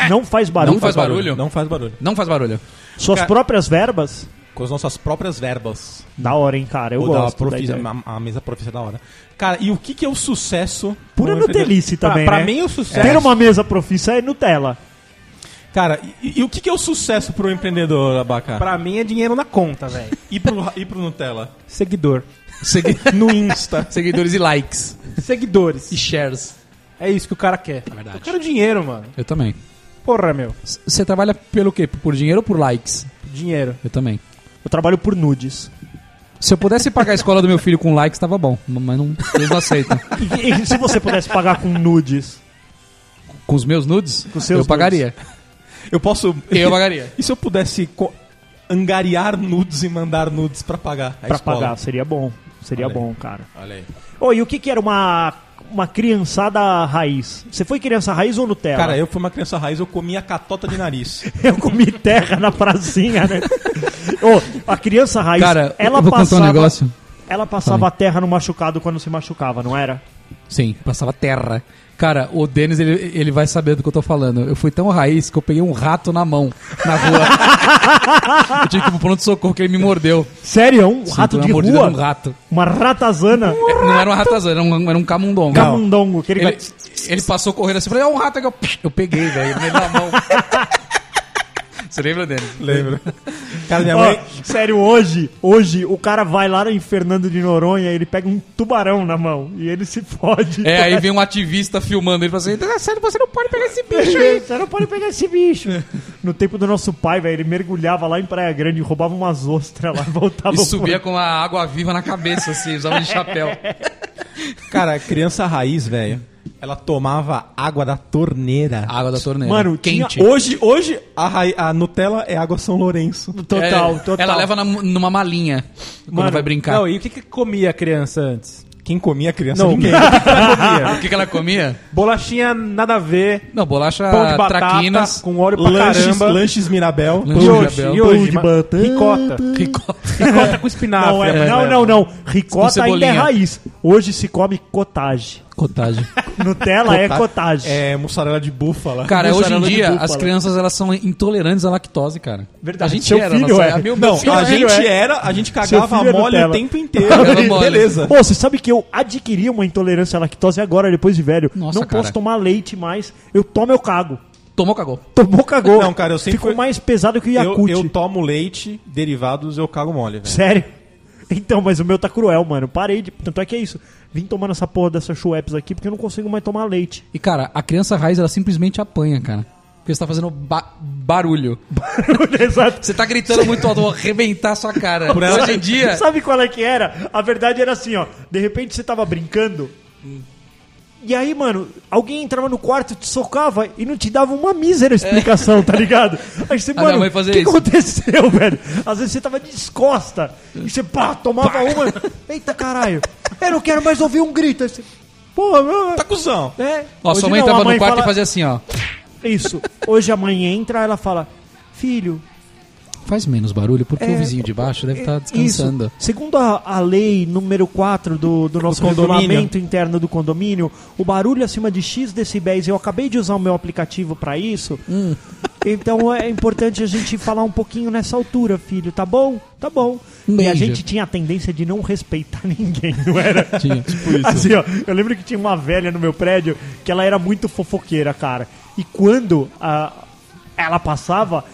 Speaker 3: Não faz barulho.
Speaker 5: Não faz barulho?
Speaker 2: Não faz barulho.
Speaker 5: Não faz barulho.
Speaker 3: Suas
Speaker 2: Cara-
Speaker 3: próprias verbas?
Speaker 2: Com as nossas próprias verbas.
Speaker 3: Da hora, hein, cara? Eu
Speaker 2: Ou da
Speaker 3: gosto.
Speaker 2: profi-
Speaker 3: da ideia.
Speaker 2: a, a mesa profissa da hora. Cara, e o que que é o sucesso?
Speaker 3: Pura
Speaker 2: no empreendedor-
Speaker 3: Nutelice
Speaker 2: Pra-
Speaker 3: também,
Speaker 2: Pra
Speaker 3: né?
Speaker 2: mim, o sucesso...
Speaker 5: é.
Speaker 3: Ter uma mesa profissa é Nutella.
Speaker 2: Cara, e, e o que que é o sucesso pro empreendedor, Abaca?
Speaker 4: Pra mim é dinheiro na conta, velho.
Speaker 2: E pro, e pro Nutella?
Speaker 4: Seguidor.
Speaker 5: Segui-
Speaker 2: No Insta.
Speaker 5: Seguidores e likes.
Speaker 4: Seguidores.
Speaker 5: E shares.
Speaker 4: É isso que o cara quer. Eu quero dinheiro, mano.
Speaker 5: Eu também.
Speaker 4: Porra, meu.
Speaker 5: S- Você trabalha pelo quê? Por dinheiro ou por likes?
Speaker 4: Dinheiro.
Speaker 5: Eu também.
Speaker 3: Eu trabalho por nudes.
Speaker 5: Se eu pudesse pagar a escola do meu filho com likes, tava bom. Mas não, eles não aceitam.
Speaker 3: E, e se você pudesse pagar com nudes?
Speaker 5: Com os meus nudes,
Speaker 3: seus
Speaker 5: eu pagaria.
Speaker 2: Eu posso...
Speaker 5: Eu pagaria.
Speaker 2: E se eu pudesse co- angariar nudes e mandar nudes pra pagar a
Speaker 3: Pra
Speaker 2: escola?
Speaker 3: pagar, seria bom. Seria
Speaker 2: Olha aí.
Speaker 3: bom, cara.
Speaker 2: Olha aí.
Speaker 3: Ô, e o que que era uma, uma criançada raiz? Você foi criança raiz ou Nutella?
Speaker 2: Cara, eu fui uma criança raiz, eu comia catota de nariz.
Speaker 3: Eu comi terra na pracinha, né? Ô, a criança raiz,
Speaker 5: Cara,
Speaker 3: ela
Speaker 5: eu vou contar um
Speaker 3: passava,
Speaker 5: negócio.
Speaker 3: Ela passava a terra no machucado quando se machucava, não era?
Speaker 5: Sim, passava terra. Cara, o Denis, ele, ele vai saber do que eu tô falando. Eu fui tão raiz que eu peguei um rato na mão, na rua. eu tive que ir pro pronto-socorro que ele me mordeu.
Speaker 3: Sério? Um
Speaker 5: Sim,
Speaker 3: rato
Speaker 5: foi uma
Speaker 3: de
Speaker 5: mordida
Speaker 3: rua?
Speaker 5: de um rato.
Speaker 3: Uma ratazana?
Speaker 5: É, Não era um ratazana, era um, era um camundongo.
Speaker 3: Camundongo, que ele,
Speaker 5: Ele, ele passou correndo assim, falei, é um rato aqui. Eu, eu peguei, velho, ele na mão. Você lembra, Denis?
Speaker 2: Lembro. Cara, minha
Speaker 3: Ó,
Speaker 2: mãe.
Speaker 3: sério, hoje, hoje, o cara vai lá em Fernando de Noronha, ele pega um tubarão na mão e ele se fode.
Speaker 5: É, aí vem um ativista filmando ele e fala assim: "Ah, sério, você não pode pegar esse bicho aí.
Speaker 3: Você não pode pegar esse bicho. No tempo do nosso pai, velho, ele mergulhava lá em Praia Grande, roubava umas ostras lá, voltava
Speaker 5: E
Speaker 3: pro-
Speaker 5: subia com a água viva na cabeça, assim, usava de chapéu.
Speaker 2: Cara, criança raiz, velho. Ela tomava água da torneira.
Speaker 5: Água da torneira.
Speaker 3: Mano, tinha
Speaker 5: quente.
Speaker 2: Hoje, hoje a, rai- a Nutella é água São Lourenço.
Speaker 3: Total,
Speaker 5: É,
Speaker 3: total.
Speaker 5: Ela leva na- numa malinha quando
Speaker 3: Mano,
Speaker 5: vai brincar.
Speaker 4: Não, e o que, que comia a criança antes?
Speaker 2: Quem comia criança? ninguém.
Speaker 5: O que, que ela comia?
Speaker 4: Bolachinha nada a ver.
Speaker 5: Não, bolacha
Speaker 4: Pão de batata
Speaker 5: Ah, traquinas.
Speaker 4: com óleo pra
Speaker 2: Lanches,
Speaker 4: caramba.
Speaker 2: lanches Mirabel.
Speaker 5: Lanche-
Speaker 4: Yoshi,
Speaker 5: Pão de
Speaker 4: Yoshi,
Speaker 3: de
Speaker 4: ma-
Speaker 3: batata.
Speaker 4: ricota.
Speaker 5: ricota.
Speaker 4: Ricota com espinafre.
Speaker 3: Não, é-
Speaker 4: a mãe
Speaker 3: não,
Speaker 4: leva.
Speaker 3: não, não.
Speaker 5: Com
Speaker 3: Ricota ainda é
Speaker 5: né? cebolinha.
Speaker 3: raiz. Hoje se come cottage.
Speaker 5: Cotagem.
Speaker 3: Nutella é cottage.
Speaker 2: É, mussarela de búfala.
Speaker 5: Cara, hoje em
Speaker 3: Mussarela de
Speaker 5: dia,
Speaker 3: búfala.
Speaker 5: as crianças elas são intolerantes à lactose, cara.
Speaker 3: Verdade.
Speaker 5: A gente
Speaker 3: Seu
Speaker 5: era,
Speaker 3: filho
Speaker 5: nossa,
Speaker 3: é.
Speaker 5: a meu- meu
Speaker 2: Não,
Speaker 5: filho
Speaker 2: a
Speaker 5: é.
Speaker 2: gente era, a gente cagava
Speaker 3: filho é
Speaker 2: mole o
Speaker 3: Nutella.
Speaker 2: tempo inteiro.
Speaker 5: Cagava mole.
Speaker 2: Beleza.
Speaker 3: Pô, você sabe que eu adquiri uma intolerância à lactose agora, depois de velho.
Speaker 5: Nossa,
Speaker 3: não
Speaker 5: cara.
Speaker 3: posso tomar leite mais. Eu tomo, eu cago.
Speaker 5: Tomou, cagou.
Speaker 3: Tomou, cagou.
Speaker 2: Não, cara, eu sempre
Speaker 3: Ficou
Speaker 2: fui-
Speaker 3: mais pesado que o
Speaker 2: Eu,
Speaker 3: Yakult.
Speaker 2: eu tomo leite, derivados, eu cago mole, velho.
Speaker 3: Sério? Então, mas o meu tá cruel, mano. Parei de. Tanto é que é isso. Vim tomando essa porra dessa Schweppes aqui porque eu não consigo mais tomar leite.
Speaker 5: E, cara, a criança raiz, ela simplesmente apanha, cara. Porque você tá fazendo ba- barulho.
Speaker 3: Exato.
Speaker 5: Você tá gritando muito alto, eu vou arrebentar sua cara.
Speaker 2: ela-
Speaker 5: Hoje em dia,
Speaker 3: Sabe qual é que era? A verdade era assim, ó. De repente você tava brincando. E aí, mano, alguém entrava no quarto, te socava e não te dava uma mísera explicação, tá ligado? Aí você,
Speaker 5: É. minha
Speaker 3: mano,
Speaker 5: mãe
Speaker 3: o que
Speaker 5: fazia isso.
Speaker 3: aconteceu, velho? Às vezes você tava descosta e você, pá, tomava uma. Eita caralho, eu não quero mais ouvir um grito. Aí você, Porra, meu.
Speaker 2: Tá cuzão.
Speaker 3: É.
Speaker 5: ó,
Speaker 3: Hoje
Speaker 5: sua mãe
Speaker 3: não, a
Speaker 5: tava no quarto
Speaker 3: fala-
Speaker 5: e fazia assim, ó.
Speaker 3: Isso. Hoje a mãe entra, ela fala: Filho,
Speaker 5: Faz menos barulho, porque
Speaker 3: É,
Speaker 5: o vizinho de baixo deve
Speaker 3: é-
Speaker 5: estar descansando.
Speaker 3: isso. Segundo a, a lei número 4 do, do nosso
Speaker 2: condomínio.
Speaker 3: regulamento interno do condomínio, o barulho acima de X decibéis, eu acabei de usar o meu aplicativo pra isso.
Speaker 5: Hum.
Speaker 3: Então é importante a gente falar um pouquinho nessa altura, filho, tá bom? Tá bom.
Speaker 5: Um
Speaker 3: E a
Speaker 5: beijo.
Speaker 3: gente tinha a tendência de não respeitar ninguém, não era?
Speaker 5: Tinha. tipo,
Speaker 3: Assim, ó, eu lembro que tinha uma velha no meu prédio que ela era muito fofoqueira, cara. E quando a, ela passava,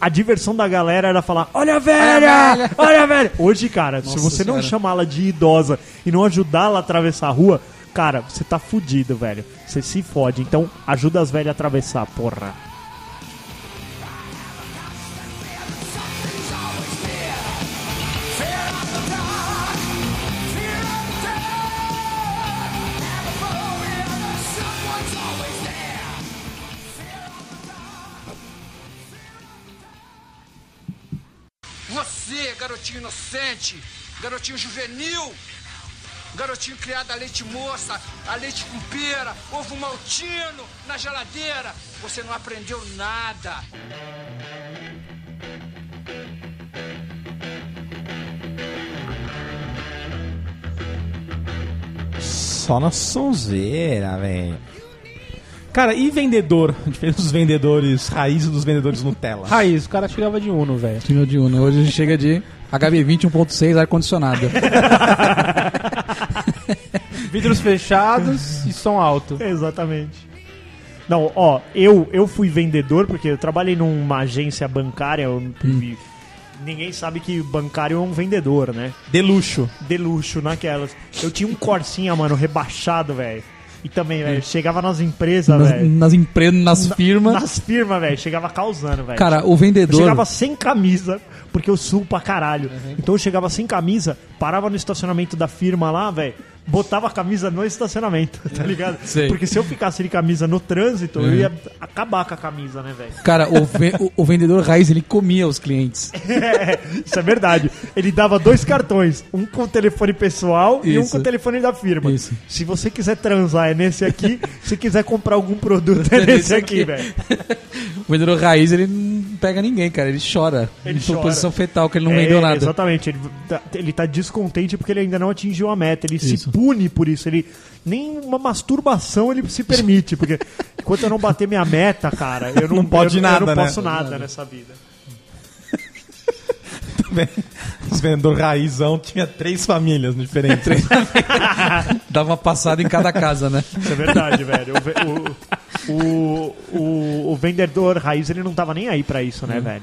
Speaker 3: a diversão da galera era falar: Olha a velha! Olha a velha! Hoje, cara, se você não chamá-la de idosa e não ajudá-la a atravessar a rua, cara, você tá fudido, velho. Você se fode. Então, ajuda as velhas a atravessar, porra.
Speaker 7: você, garotinho inocente, garotinho juvenil, garotinho criado a leite moça, a leite com pera, ovo maltino na geladeira, você não aprendeu nada.
Speaker 2: Só na sonzeira, velho. Cara, e vendedor? Diferente dos vendedores, raiz dos vendedores Nutella.
Speaker 4: Raiz, o cara chegava de Uno, velho.
Speaker 5: Tinha de Uno. Hoje a gente chega de HB 21.6 ar-condicionado.
Speaker 4: Vidros fechados e som alto.
Speaker 3: Exatamente. Não, ó, eu, eu fui vendedor porque eu trabalhei numa agência bancária. eu-
Speaker 5: Hum.
Speaker 3: e Ninguém sabe que bancário é um vendedor, né?
Speaker 2: De luxo.
Speaker 3: de luxo naquelas. Eu tinha um Corsinha, mano, rebaixado, velho. E também, velho, chegava nas empresas,
Speaker 5: Hum. nas,
Speaker 3: velho.
Speaker 5: nas empresas, nas firmas.
Speaker 3: Nas firmas, velho. Chegava causando, velho.
Speaker 5: Cara, o
Speaker 3: Eu
Speaker 5: vendedor.
Speaker 3: chegava sem camisa, porque eu subo pra caralho.
Speaker 5: Uhum.
Speaker 3: Então eu chegava sem camisa, parava no estacionamento da firma lá, velho. Botava a camisa no estacionamento, tá ligado?
Speaker 5: Sei.
Speaker 3: Porque se eu ficasse de camisa no trânsito, eu
Speaker 5: Uhum.
Speaker 3: ia acabar com a camisa, né, velho?
Speaker 5: Cara, o, ve- o- o vendedor raiz, ele comia os clientes.
Speaker 3: Isso é verdade. Ele dava dois cartões, um com o telefone pessoal e um
Speaker 5: Isso.
Speaker 3: com o telefone da firma.
Speaker 5: Isso.
Speaker 3: Se você quiser transar é nesse aqui, se quiser comprar algum produto é nesse aqui, velho.
Speaker 5: O vendedor raiz, ele não pega ninguém, cara. Ele chora.
Speaker 3: Ele
Speaker 5: em
Speaker 3: chora.
Speaker 5: posição fetal, que ele não
Speaker 3: É,
Speaker 5: vendeu nada.
Speaker 3: Exatamente. Ele tá, ele tá descontente porque ele ainda não atingiu a meta. Ele se
Speaker 5: Isso.
Speaker 3: pune por isso. Ele nem uma masturbação ele se permite, porque enquanto eu não bater minha meta, cara, eu não,
Speaker 2: Não pode
Speaker 3: eu, eu
Speaker 2: nada,
Speaker 3: não
Speaker 2: né?
Speaker 3: posso nada nessa vida.
Speaker 2: Os vendedores raizão tinha três famílias diferentes.
Speaker 5: Dava uma passada em cada casa, né?
Speaker 3: Isso é verdade, velho. O ve- O, o, o, o vendedor raiz, ele não tava nem aí pra isso, né, velho?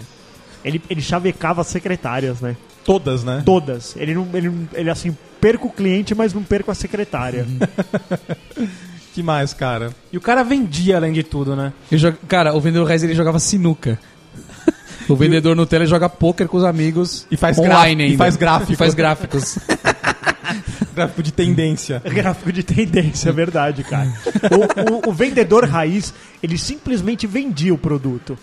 Speaker 3: Ele, ele chavecava as secretárias, né?
Speaker 2: Todas, né?
Speaker 3: Todas. Ele, não, ele, não- ele assim, perco o cliente, mas não perco a secretária.
Speaker 2: Que mais, cara?
Speaker 4: E o cara vendia além de tudo, né?
Speaker 5: Eu jo- Cara, o vendedor raiz, ele jogava sinuca. O vendedor Nutella joga pôquer com os amigos
Speaker 2: E faz
Speaker 5: online
Speaker 2: graf- e
Speaker 5: ainda.
Speaker 2: faz gráfico.
Speaker 5: E faz gráficos.
Speaker 2: Gráfico de tendência.
Speaker 3: Gráfico de tendência, é verdade, cara. O, o, o vendedor raiz, ele simplesmente vendia o produto.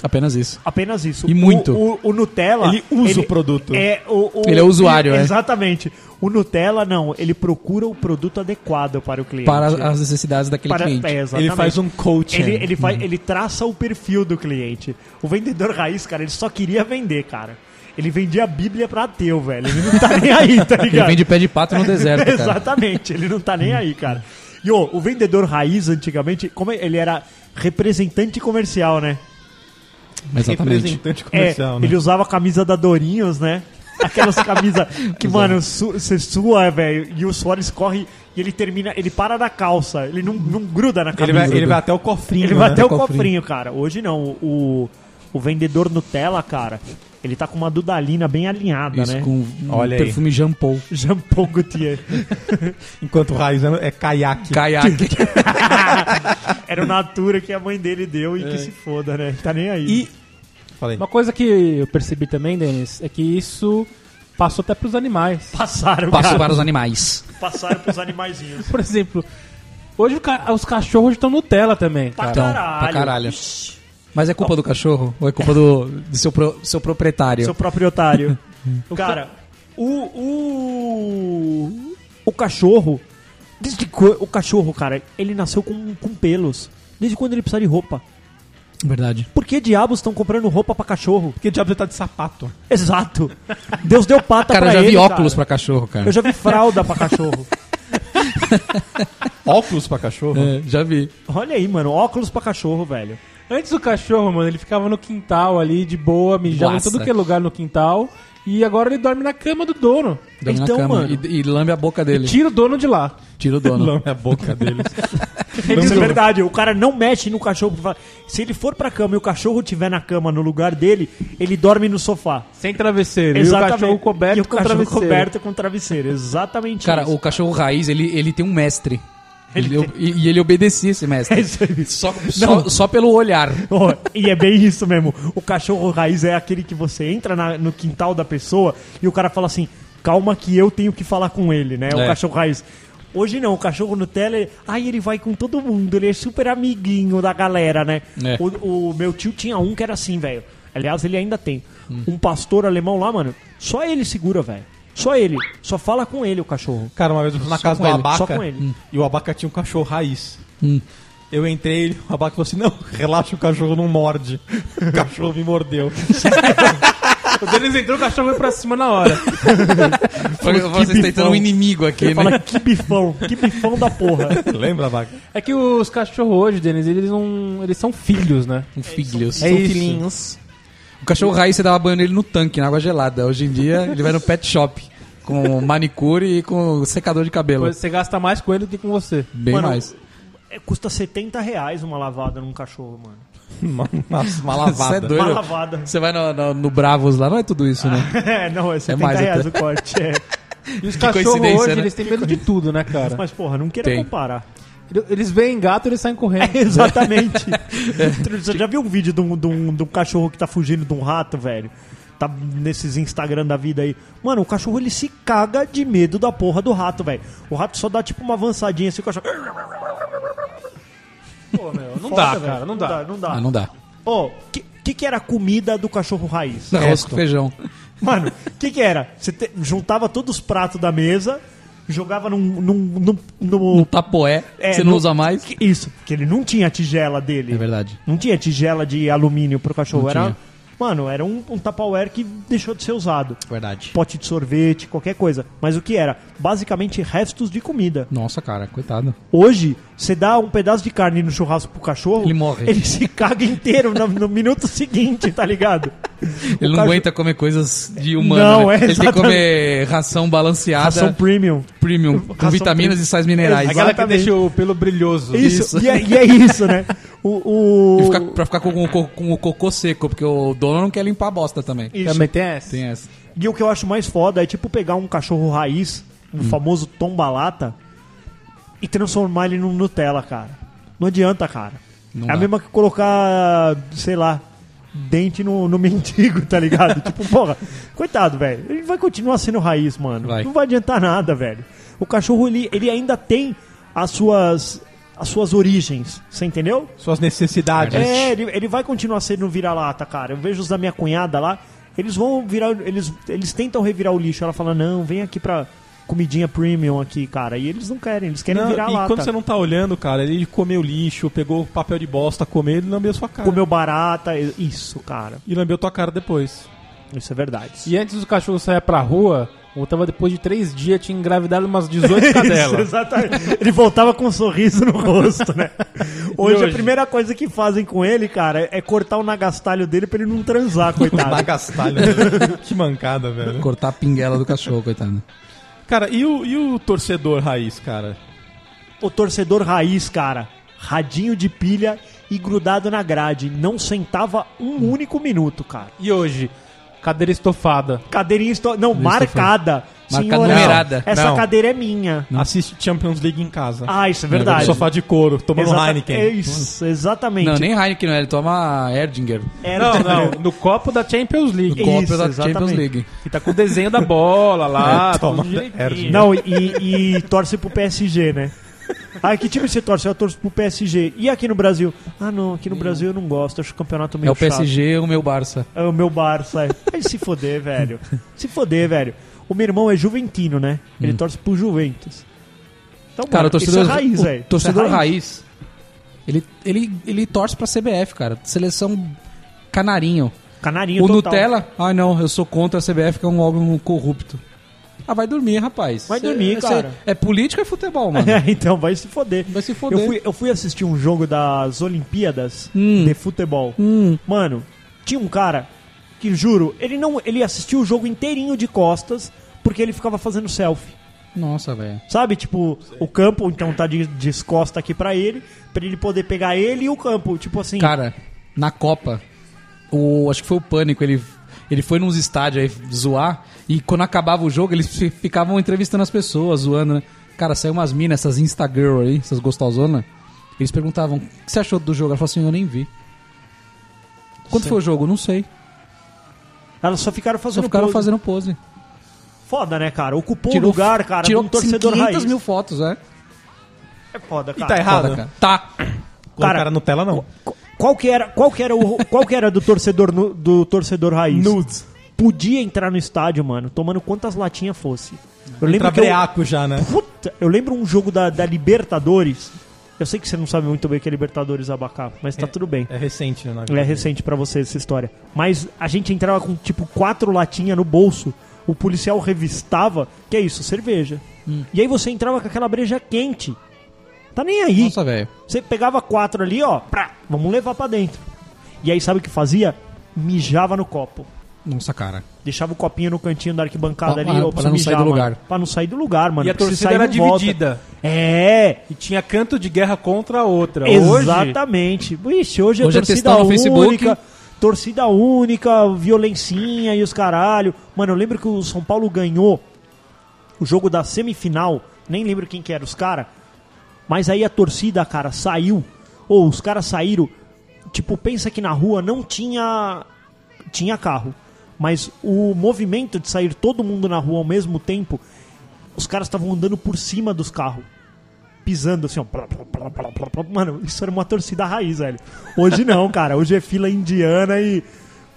Speaker 5: Apenas isso.
Speaker 3: Apenas isso.
Speaker 5: E
Speaker 3: O-
Speaker 5: muito.
Speaker 3: O, o Nutella.
Speaker 2: Ele usa o produto.
Speaker 3: É, o, o-
Speaker 5: Ele é usuário, é.
Speaker 3: Exatamente. O Nutella, não. Ele procura o produto adequado para o cliente.
Speaker 5: Para as necessidades daquele
Speaker 3: Para-
Speaker 5: cliente. Uhum.
Speaker 3: é,
Speaker 2: Ele
Speaker 3: exatamente.
Speaker 2: faz um coaching.
Speaker 3: Ele, ele, faz, ele traça o perfil do cliente. O vendedor raiz, cara, ele só queria vender, cara. Ele vendia a Bíblia pra ateu, velho. Ele não tá nem aí, tá
Speaker 5: Ele
Speaker 3: ligado?
Speaker 5: vende pé de pato no deserto, cara.
Speaker 3: Exatamente, ele não tá nem aí, cara. E ô, o vendedor raiz, antigamente, como é, ele era representante comercial, né?
Speaker 5: Exatamente.
Speaker 2: Representante
Speaker 3: É,
Speaker 2: comercial, né?
Speaker 3: ele usava a camisa da Dorinhos, né? Aquelas camisas que, mano, su- você sua, velho, e o suor escorre e ele termina, ele para na calça, ele não, não gruda na
Speaker 2: Ele
Speaker 3: camisa.
Speaker 2: vai, ele vai até o cofrinho,
Speaker 3: Ele vai
Speaker 2: né?
Speaker 3: até o
Speaker 5: Cofrinho.
Speaker 3: cofrinho, cara. Hoje não. O, o vendedor Nutella, cara, ele tá com uma Dudalina bem alinhada,
Speaker 5: Isso,
Speaker 3: né?
Speaker 5: com um
Speaker 2: Olha aí.
Speaker 5: perfume Jean Paul.
Speaker 3: Jean Paul Gaultier.
Speaker 2: Enquanto o raiz é, é caiaque.
Speaker 5: Caiaque.
Speaker 3: Era o Natura que a mãe dele deu e que se foda, né? Tá nem aí.
Speaker 4: E
Speaker 2: Falei.
Speaker 4: uma coisa que eu percebi também, Denis, é que isso passou até pros animais.
Speaker 3: passaram,
Speaker 5: Passo
Speaker 3: cara.
Speaker 5: para os animais.
Speaker 3: Passaram pros animaizinhos.
Speaker 4: Por exemplo, hoje o ca- os cachorros estão Nutella também.
Speaker 3: Pra
Speaker 4: Cara.
Speaker 5: Então,
Speaker 3: caralho.
Speaker 5: pra caralho. Mas é culpa do cachorro ou é culpa do, do seu, pro- seu proprietário?
Speaker 3: Seu próprio otário. cara, o, o. O cachorro. Desde quando. O cachorro, cara, ele nasceu com, com pelos. Desde quando ele precisa de roupa?
Speaker 5: Verdade.
Speaker 3: Por que diabos estão comprando roupa pra cachorro?
Speaker 2: Porque o diabo já tá de sapato.
Speaker 3: Exato. Deus deu pata
Speaker 5: Cara,
Speaker 3: Tá pra
Speaker 5: eu já vi
Speaker 3: ele,
Speaker 5: óculos
Speaker 3: cara.
Speaker 5: pra cachorro, cara.
Speaker 3: Eu já vi fralda pra cachorro.
Speaker 2: Óculos pra cachorro?
Speaker 5: É, já vi.
Speaker 3: Olha aí, mano, óculos pra cachorro, velho.
Speaker 4: Antes o cachorro, mano, ele ficava no quintal ali, de boa, mijava
Speaker 5: Nossa.
Speaker 4: em todo que é lugar no quintal. E agora ele dorme na cama do dono.
Speaker 5: Dorme
Speaker 3: Então,
Speaker 5: na cama
Speaker 3: mano.
Speaker 5: E, e lambe a boca dele.
Speaker 4: Tira o dono de lá.
Speaker 5: Tira o dono.
Speaker 2: Lame a boca deles.
Speaker 3: Isso é verdade, o cara não mexe no cachorro. pra falar- Se ele for pra cama e o cachorro tiver na cama no lugar dele, ele dorme no sofá.
Speaker 4: Sem travesseiro. E o cachorro coberto
Speaker 3: e o
Speaker 4: com
Speaker 3: cachorro
Speaker 4: travesseiro.
Speaker 3: coberto com travesseiro. Exatamente
Speaker 5: Cara,
Speaker 3: isso.
Speaker 5: o cachorro raiz, ele, ele tem um mestre. Ele o- e, e ele obedecia esse mestre.
Speaker 3: É isso aí.
Speaker 5: Só, só, só pelo olhar.
Speaker 3: Ó, e é bem isso mesmo. O cachorro raiz é aquele que você entra na- no quintal da pessoa e o cara fala assim: calma que eu tenho que falar com ele, né? O
Speaker 5: É.
Speaker 3: cachorro raiz. Hoje não, o cachorro Nutella, ele- ai, ele vai com todo mundo, ele é super amiguinho da galera, né?
Speaker 5: É.
Speaker 3: O, o meu tio tinha um que era assim, velho. É Aliás, ele ainda tem
Speaker 5: Hum.
Speaker 3: um pastor alemão lá, mano. Só ele segura, velho. Só ele. Só fala com ele o cachorro.
Speaker 2: Cara, uma vez eu fui na casa
Speaker 3: com
Speaker 2: do
Speaker 3: ele,
Speaker 2: Abaca
Speaker 3: só com ele.
Speaker 2: e o Abaca tinha um cachorro raiz. Eu entrei, ele- o Abaca falou assim: não, relaxa, o cachorro não morde. O cachorro me mordeu.
Speaker 4: O Denis entrou, o cachorro foi pra cima na hora.
Speaker 5: Vocês tentando um inimigo aqui, né?
Speaker 3: Fala que bifão, que bifão da porra.
Speaker 2: Lembra, Abaca?
Speaker 4: É que os cachorros hoje, Denis, eles não. Eles são filhos, né?
Speaker 5: Um filhos.
Speaker 4: É isso.
Speaker 5: O cachorro raiz você dava banho nele no tanque, na água gelada. Hoje em dia ele vai no pet shop. Com manicure e com secador de cabelo.
Speaker 4: Você gasta mais com ele do que com você.
Speaker 5: Bem
Speaker 3: Mano,
Speaker 5: mais.
Speaker 3: É, custa 70 reais uma lavada num cachorro, mano.
Speaker 2: Uma, uma, uma lavada.
Speaker 5: Você é doido.
Speaker 3: Uma lavada.
Speaker 5: Você vai no, no- no Bravos lá, não é tudo isso, né?
Speaker 3: É, não, é 70
Speaker 5: mais
Speaker 3: reais o
Speaker 5: até.
Speaker 3: corte. é.
Speaker 4: E os cachorros
Speaker 5: coincidência,
Speaker 4: hoje,
Speaker 5: né?
Speaker 4: eles têm medo de tudo, né, cara?
Speaker 3: Mas, porra, não queira
Speaker 5: Tem. É.
Speaker 3: comparar.
Speaker 4: Eles veem gato, eles saem
Speaker 3: É
Speaker 4: correndo.
Speaker 3: Exatamente. Você já viu um vídeo de um, de um- de um cachorro que tá fugindo de um rato, velho? Tá nesses Instagram da vida aí. Mano, o cachorro ele se caga de medo da porra do rato, velho. O rato só dá tipo uma avançadinha assim, o cachorro.
Speaker 4: não
Speaker 3: Foda,
Speaker 4: dá,
Speaker 3: velho.
Speaker 4: cara, não dá.
Speaker 3: Não
Speaker 5: Ah,
Speaker 3: dá.
Speaker 5: não dá.
Speaker 3: Ô, que, que que era a comida do cachorro raiz?
Speaker 5: Arroz com feijão.
Speaker 3: Mano, o que que era? Você te- juntava todos os pratos da mesa, jogava num... num, num, num-
Speaker 5: Um tapoé,
Speaker 3: é,
Speaker 5: você não
Speaker 3: num-
Speaker 5: usa mais.
Speaker 3: que- Isso, porque ele não tinha a tigela dele.
Speaker 5: É verdade.
Speaker 3: Não tinha tigela de alumínio pro cachorro.
Speaker 5: Não
Speaker 3: era,
Speaker 5: tinha.
Speaker 3: Mano, era um, um Tupperware que deixou de ser usado.
Speaker 5: Verdade.
Speaker 3: Pote de sorvete, qualquer coisa. Mas o que era? Basicamente restos de comida.
Speaker 5: Nossa, cara, coitado.
Speaker 3: Hoje, você dá um pedaço de carne no churrasco pro cachorro...
Speaker 5: Ele morre.
Speaker 3: Ele se caga inteiro no, no minuto seguinte, tá ligado?
Speaker 5: Ele não
Speaker 3: cachorro-
Speaker 5: aguenta comer coisas de humano.
Speaker 3: Não,
Speaker 5: né?
Speaker 3: é
Speaker 5: Ele tem que
Speaker 3: exatamente.
Speaker 5: comer ração balanceada,
Speaker 3: Ração um premium.
Speaker 5: premium, com
Speaker 3: ração
Speaker 5: vitaminas
Speaker 3: premium.
Speaker 5: e sais minerais.
Speaker 3: Exato.
Speaker 4: Aquela que
Speaker 3: Exatamente.
Speaker 4: deixa o pelo brilhoso.
Speaker 3: Isso, E, é, e é isso, né? O. o...
Speaker 5: E fica- pra ficar com, o co- com o cocô seco, porque o dono não quer limpar a bosta também.
Speaker 3: Isso.
Speaker 4: Também tem essa.
Speaker 5: Tem essa.
Speaker 3: E o que eu acho mais foda é tipo pegar um cachorro raiz,
Speaker 5: Hum.
Speaker 3: um famoso tombalata, e transformar ele num Nutella, cara. Não adianta, cara.
Speaker 5: Não
Speaker 3: é a
Speaker 5: dá.
Speaker 3: mesma que colocar, sei lá, dente no, no mendigo, tá ligado? tipo, porra, coitado, velho. Ele vai continuar sendo raiz, mano.
Speaker 5: Vai.
Speaker 3: Não vai adiantar nada, velho. O cachorro, ele, ele ainda tem as suas, as suas origens, você entendeu?
Speaker 2: Suas necessidades.
Speaker 3: É, ele, ele vai continuar sendo um vira-lata, cara. Eu vejo os da minha cunhada lá, eles vão virar. Eles, eles tentam revirar o lixo. Ela fala, não, vem aqui pra comidinha premium aqui, cara. E eles não querem, eles querem
Speaker 2: Não,
Speaker 3: virar
Speaker 2: e
Speaker 3: lata.
Speaker 2: quando você não tá olhando, cara, ele comeu lixo, pegou papel de bosta, comeu, ele lambeu sua cara.
Speaker 3: Comeu barata, e- isso, cara.
Speaker 2: E lambeu tua cara depois.
Speaker 3: Isso é verdade.
Speaker 4: E antes do cachorro sair pra rua, voltava depois de três dias, tinha engravidado umas 18
Speaker 3: Isso,
Speaker 4: cadelas.
Speaker 3: exatamente. Ele voltava com um sorriso no rosto, né? Hoje,
Speaker 4: hoje?
Speaker 3: a primeira coisa que fazem com ele, cara, é cortar o nagastalho dele pra ele não transar, coitado.
Speaker 2: Nagastalho. que mancada, velho.
Speaker 5: Cortar a pinguela do cachorro, coitado.
Speaker 2: Cara, e o, e o torcedor raiz, cara?
Speaker 3: o torcedor raiz, cara. Radinho de pilha e grudado na grade. Não sentava um único minuto, cara.
Speaker 4: E hoje, cadeira estofada.
Speaker 3: Cadeirinha esto... Não, marcada.
Speaker 5: Marcada
Speaker 3: Senhora,
Speaker 5: numerada.
Speaker 3: Essa
Speaker 2: Não.
Speaker 3: cadeira é minha.
Speaker 2: Assiste Champions League em casa.
Speaker 3: Ah, isso é
Speaker 2: No
Speaker 3: verdade.
Speaker 2: sofá de couro, tomando
Speaker 3: Exata- É
Speaker 2: Heineken.
Speaker 3: Isso, exatamente.
Speaker 5: Não, nem Heineken não é, ele toma Erdinger.
Speaker 3: Era
Speaker 4: Não, não, no copo da Champions League.
Speaker 5: Copa
Speaker 3: Isso,
Speaker 5: da
Speaker 3: exatamente.
Speaker 5: Champions League.
Speaker 4: Que tá com o desenho da bola lá,
Speaker 2: É, toma,
Speaker 4: tudo direitinho.
Speaker 2: Erdinger.
Speaker 3: Não, e, e torce pro PSG, né? Ah, que time você torce? Eu torço pro PSG. E aqui no Brasil? Ah, não, aqui no Brasil eu não gosto. Acho o campeonato meio
Speaker 5: É o
Speaker 3: chato.
Speaker 5: PSG ou o meu Barça.
Speaker 3: É o meu Barça. é. Vai se foder, velho. Se foder, velho. O meu irmão é juventino, né? Ele torce pro Juventus. Então,
Speaker 5: Hum. Cara,
Speaker 3: mano,
Speaker 5: o torcedor,
Speaker 3: isso é raiz,
Speaker 5: o
Speaker 3: velho.
Speaker 5: torcedor
Speaker 3: Isso é
Speaker 5: raiz, ele, ele, ele torce pra CBF, cara. Seleção canarinho.
Speaker 3: Canarinho
Speaker 5: o
Speaker 3: total.
Speaker 5: Nutella, ai não, eu sou contra a CBF, que é um órgão corrupto. Ah, vai dormir, rapaz.
Speaker 3: Vai dormir, cara.
Speaker 5: É política e futebol, mano.
Speaker 3: É, então, vai se foder.
Speaker 5: Vai se foder.
Speaker 3: Eu fui, eu fui assistir um jogo das Olimpíadas
Speaker 5: Hum.
Speaker 3: de futebol.
Speaker 5: Hum,
Speaker 3: Mano, tinha um cara que, juro, ele não ele assistiu o jogo inteirinho de costas porque ele ficava fazendo selfie.
Speaker 5: nossa, velho.
Speaker 3: Sabe? Tipo, o campo, então tá de descosta aqui pra ele, pra ele poder pegar ele e o campo. Tipo assim,
Speaker 5: Cara, na Copa, o, acho que foi o Pânico, ele, ele foi nos estádios aí zoar, e quando acabava o jogo, eles fi- ficavam entrevistando as pessoas, zoando, né? Cara, saiu umas minas, essas Instagirl aí, essas gostosonas, eles perguntavam, o que você achou do jogo? Ela falou assim, eu nem vi. Quanto foi o jogo? Não sei.
Speaker 3: elas só ficaram
Speaker 5: Só
Speaker 3: fazendo
Speaker 5: ficaram
Speaker 3: pose.
Speaker 5: fazendo pose.
Speaker 3: Foda, né, cara? Ocupou o lugar, cara,
Speaker 5: tirou
Speaker 3: de um torcedor
Speaker 5: 500
Speaker 3: raiz.
Speaker 5: mil fotos, é.
Speaker 3: É foda,
Speaker 2: E
Speaker 3: cara.
Speaker 2: tá errado?
Speaker 5: Foda, cara. Tá.
Speaker 2: Colocaram Nutella, não.
Speaker 3: Qual que era, qual que era, o, qual que era do torcedor nu- do torcedor raiz? Nudes. Podia entrar no estádio, mano, tomando quantas latinhas fosse. Eu lembro que eu-
Speaker 2: Trabeaco já, né?
Speaker 3: Puta, eu lembro um jogo da, da Libertadores. Eu sei que você não sabe muito bem o que é Libertadores Abacá, mas tá tudo bem.
Speaker 2: É recente, né? na
Speaker 3: É,
Speaker 2: verdade.
Speaker 3: recente pra você essa história. Mas a gente entrava com tipo quatro latinhas no bolso. O policial revistava, que é isso, cerveja.
Speaker 5: Hum.
Speaker 3: E aí você entrava com aquela breja quente. Tá nem aí.
Speaker 5: Nossa, velho.
Speaker 3: Você pegava quatro ali, ó, pra, vamos levar pra dentro. E aí sabe o que fazia? Mijava no copo.
Speaker 5: Nossa, cara.
Speaker 3: Deixava o copinho no cantinho da arquibancada ali,
Speaker 5: Pra- pra-
Speaker 3: ó,
Speaker 5: pra não sair do
Speaker 3: mano.
Speaker 5: lugar.
Speaker 3: Pra não sair do lugar, mano.
Speaker 4: E a
Speaker 3: porque se
Speaker 4: torcida
Speaker 3: sair,
Speaker 4: era
Speaker 3: não volta.
Speaker 4: dividida.
Speaker 3: É,
Speaker 4: E tinha canto de guerra contra a outra. Hoje,
Speaker 3: exatamente. Ixi, hoje é
Speaker 5: Hoje é
Speaker 3: torcida
Speaker 5: testar no
Speaker 3: única,
Speaker 5: Facebook.
Speaker 3: torcida única, violencinha e os caralho. Mano, eu lembro que o São Paulo ganhou o jogo da semifinal, nem lembro quem que era os caras, mas aí a torcida, cara, saiu, ou os caras saíram, tipo, pensa que na rua não tinha tinha carro, mas o movimento de sair todo mundo na rua ao mesmo tempo, os caras estavam andando por cima dos carros pisando assim, ó. plá, plá, plá, plá, plá, plá. Mano, isso era uma torcida raiz, velho. Hoje não, cara. Hoje é fila indiana e.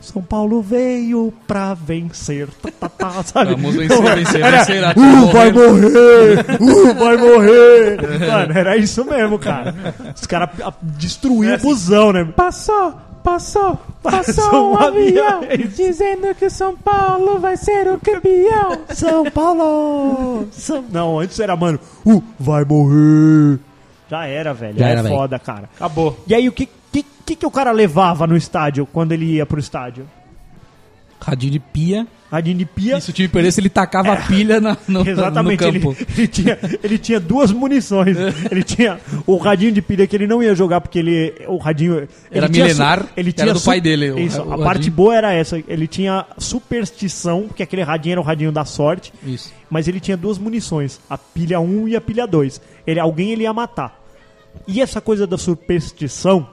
Speaker 3: São Paulo veio pra vencer. Tá, tá, tá, sabe?
Speaker 5: Vamos vencer, vencer,
Speaker 3: Era,
Speaker 5: vencer, até
Speaker 3: Uh,
Speaker 5: morrer."
Speaker 3: vai morrer! Uh, vai morrer! Mano, era isso mesmo, cara. Os caras a- destruíam o busão, né?
Speaker 4: Passou, passou,
Speaker 3: Passou
Speaker 4: passou
Speaker 3: um
Speaker 4: um avião
Speaker 3: avião.
Speaker 4: dizendo que o São Paulo vai ser o campeão.
Speaker 3: São Paulo! São- Não, antes era, mano, uh, vai morrer! Já era, velho.
Speaker 5: Já
Speaker 3: é
Speaker 5: era, velho.
Speaker 3: foda, cara.
Speaker 4: Acabou.
Speaker 3: E aí, o que, que, que, que o cara levava no estádio quando ele ia pro estádio?
Speaker 5: Radinho de pia.
Speaker 3: Radinho de pia?
Speaker 5: E se o time perdesse, ele tacava a pilha na- no,
Speaker 3: Exatamente,
Speaker 5: no
Speaker 3: ele,
Speaker 5: campo.
Speaker 3: ele, tinha, ele tinha duas munições. Ele tinha o radinho de pilha que ele não ia jogar porque ele. O radinho. ele
Speaker 5: Era
Speaker 3: tinha su-
Speaker 5: milenar,
Speaker 3: ele
Speaker 5: era
Speaker 3: tinha
Speaker 5: do
Speaker 3: su-
Speaker 5: pai dele, o-
Speaker 3: Isso,
Speaker 5: o
Speaker 3: a
Speaker 5: radinho.
Speaker 3: parte boa era essa. Ele tinha superstição, porque aquele radinho era o radinho da sorte.
Speaker 5: Isso.
Speaker 3: Mas ele tinha duas munições, a pilha 1 e a pilha 2. Ele, alguém ele ia matar. E essa coisa da superstição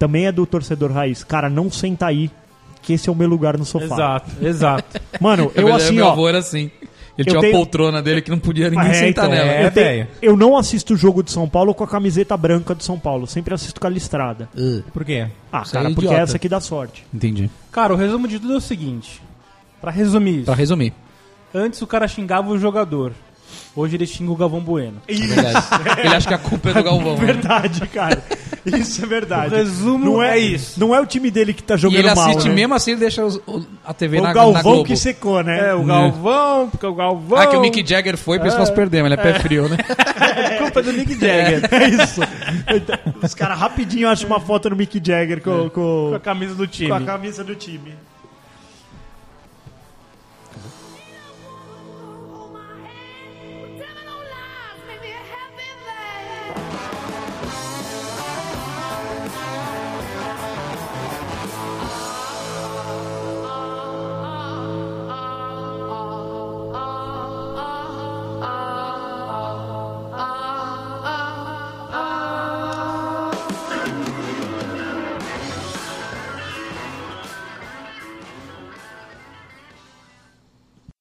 Speaker 3: também é do torcedor raiz. Cara, não senta aí, que esse é o meu lugar no sofá.
Speaker 4: Exato, exato.
Speaker 3: Mano, eu,
Speaker 5: Eu,
Speaker 3: assim,
Speaker 5: é meu
Speaker 3: ó.
Speaker 5: avô era assim. Ele tinha
Speaker 3: tenho-
Speaker 5: uma poltrona dele que não podia ninguém
Speaker 3: É,
Speaker 5: sentar
Speaker 3: então,
Speaker 5: nela. né,
Speaker 2: é.
Speaker 3: eu, tenho-
Speaker 2: velho.
Speaker 3: eu não assisto o jogo de São Paulo com a camiseta branca do São Paulo. Sempre assisto com a listrada.
Speaker 2: Por quê?
Speaker 3: Ah,
Speaker 5: Isso
Speaker 3: cara,
Speaker 5: é
Speaker 3: porque é
Speaker 5: idiota.
Speaker 3: essa que dá sorte.
Speaker 5: Entendi.
Speaker 4: Cara, o resumo de tudo é o seguinte. Pra resumir isso.
Speaker 5: Pra resumir.
Speaker 4: Antes o cara xingava o jogador. Hoje ele xinga o Galvão Bueno.
Speaker 5: Verdade. ele acha que a culpa é do Galvão. né?
Speaker 3: Verdade, cara. Isso é verdade.
Speaker 4: O resumo
Speaker 3: não é,
Speaker 4: é isso.
Speaker 3: Não é o time dele que tá
Speaker 5: E
Speaker 3: jogando
Speaker 5: ele
Speaker 3: mal.
Speaker 5: assiste
Speaker 3: né? É
Speaker 5: mesmo assim, ele deixa os- o- a TV
Speaker 3: o
Speaker 5: na, na
Speaker 3: Galvão
Speaker 5: Globo.
Speaker 3: que secou, né?
Speaker 4: É, o Galvão, porque o Galvão...
Speaker 5: Ah, que o Mick Jagger foi, por isso nós perdemos. Ele é pé frio, né?
Speaker 4: culpa do Mick Jagger.
Speaker 3: É isso. Então, Os caras rapidinho acham uma foto no Mick Jagger com,
Speaker 4: Com
Speaker 3: com,
Speaker 4: a camisa do time.
Speaker 3: com a camisa do time.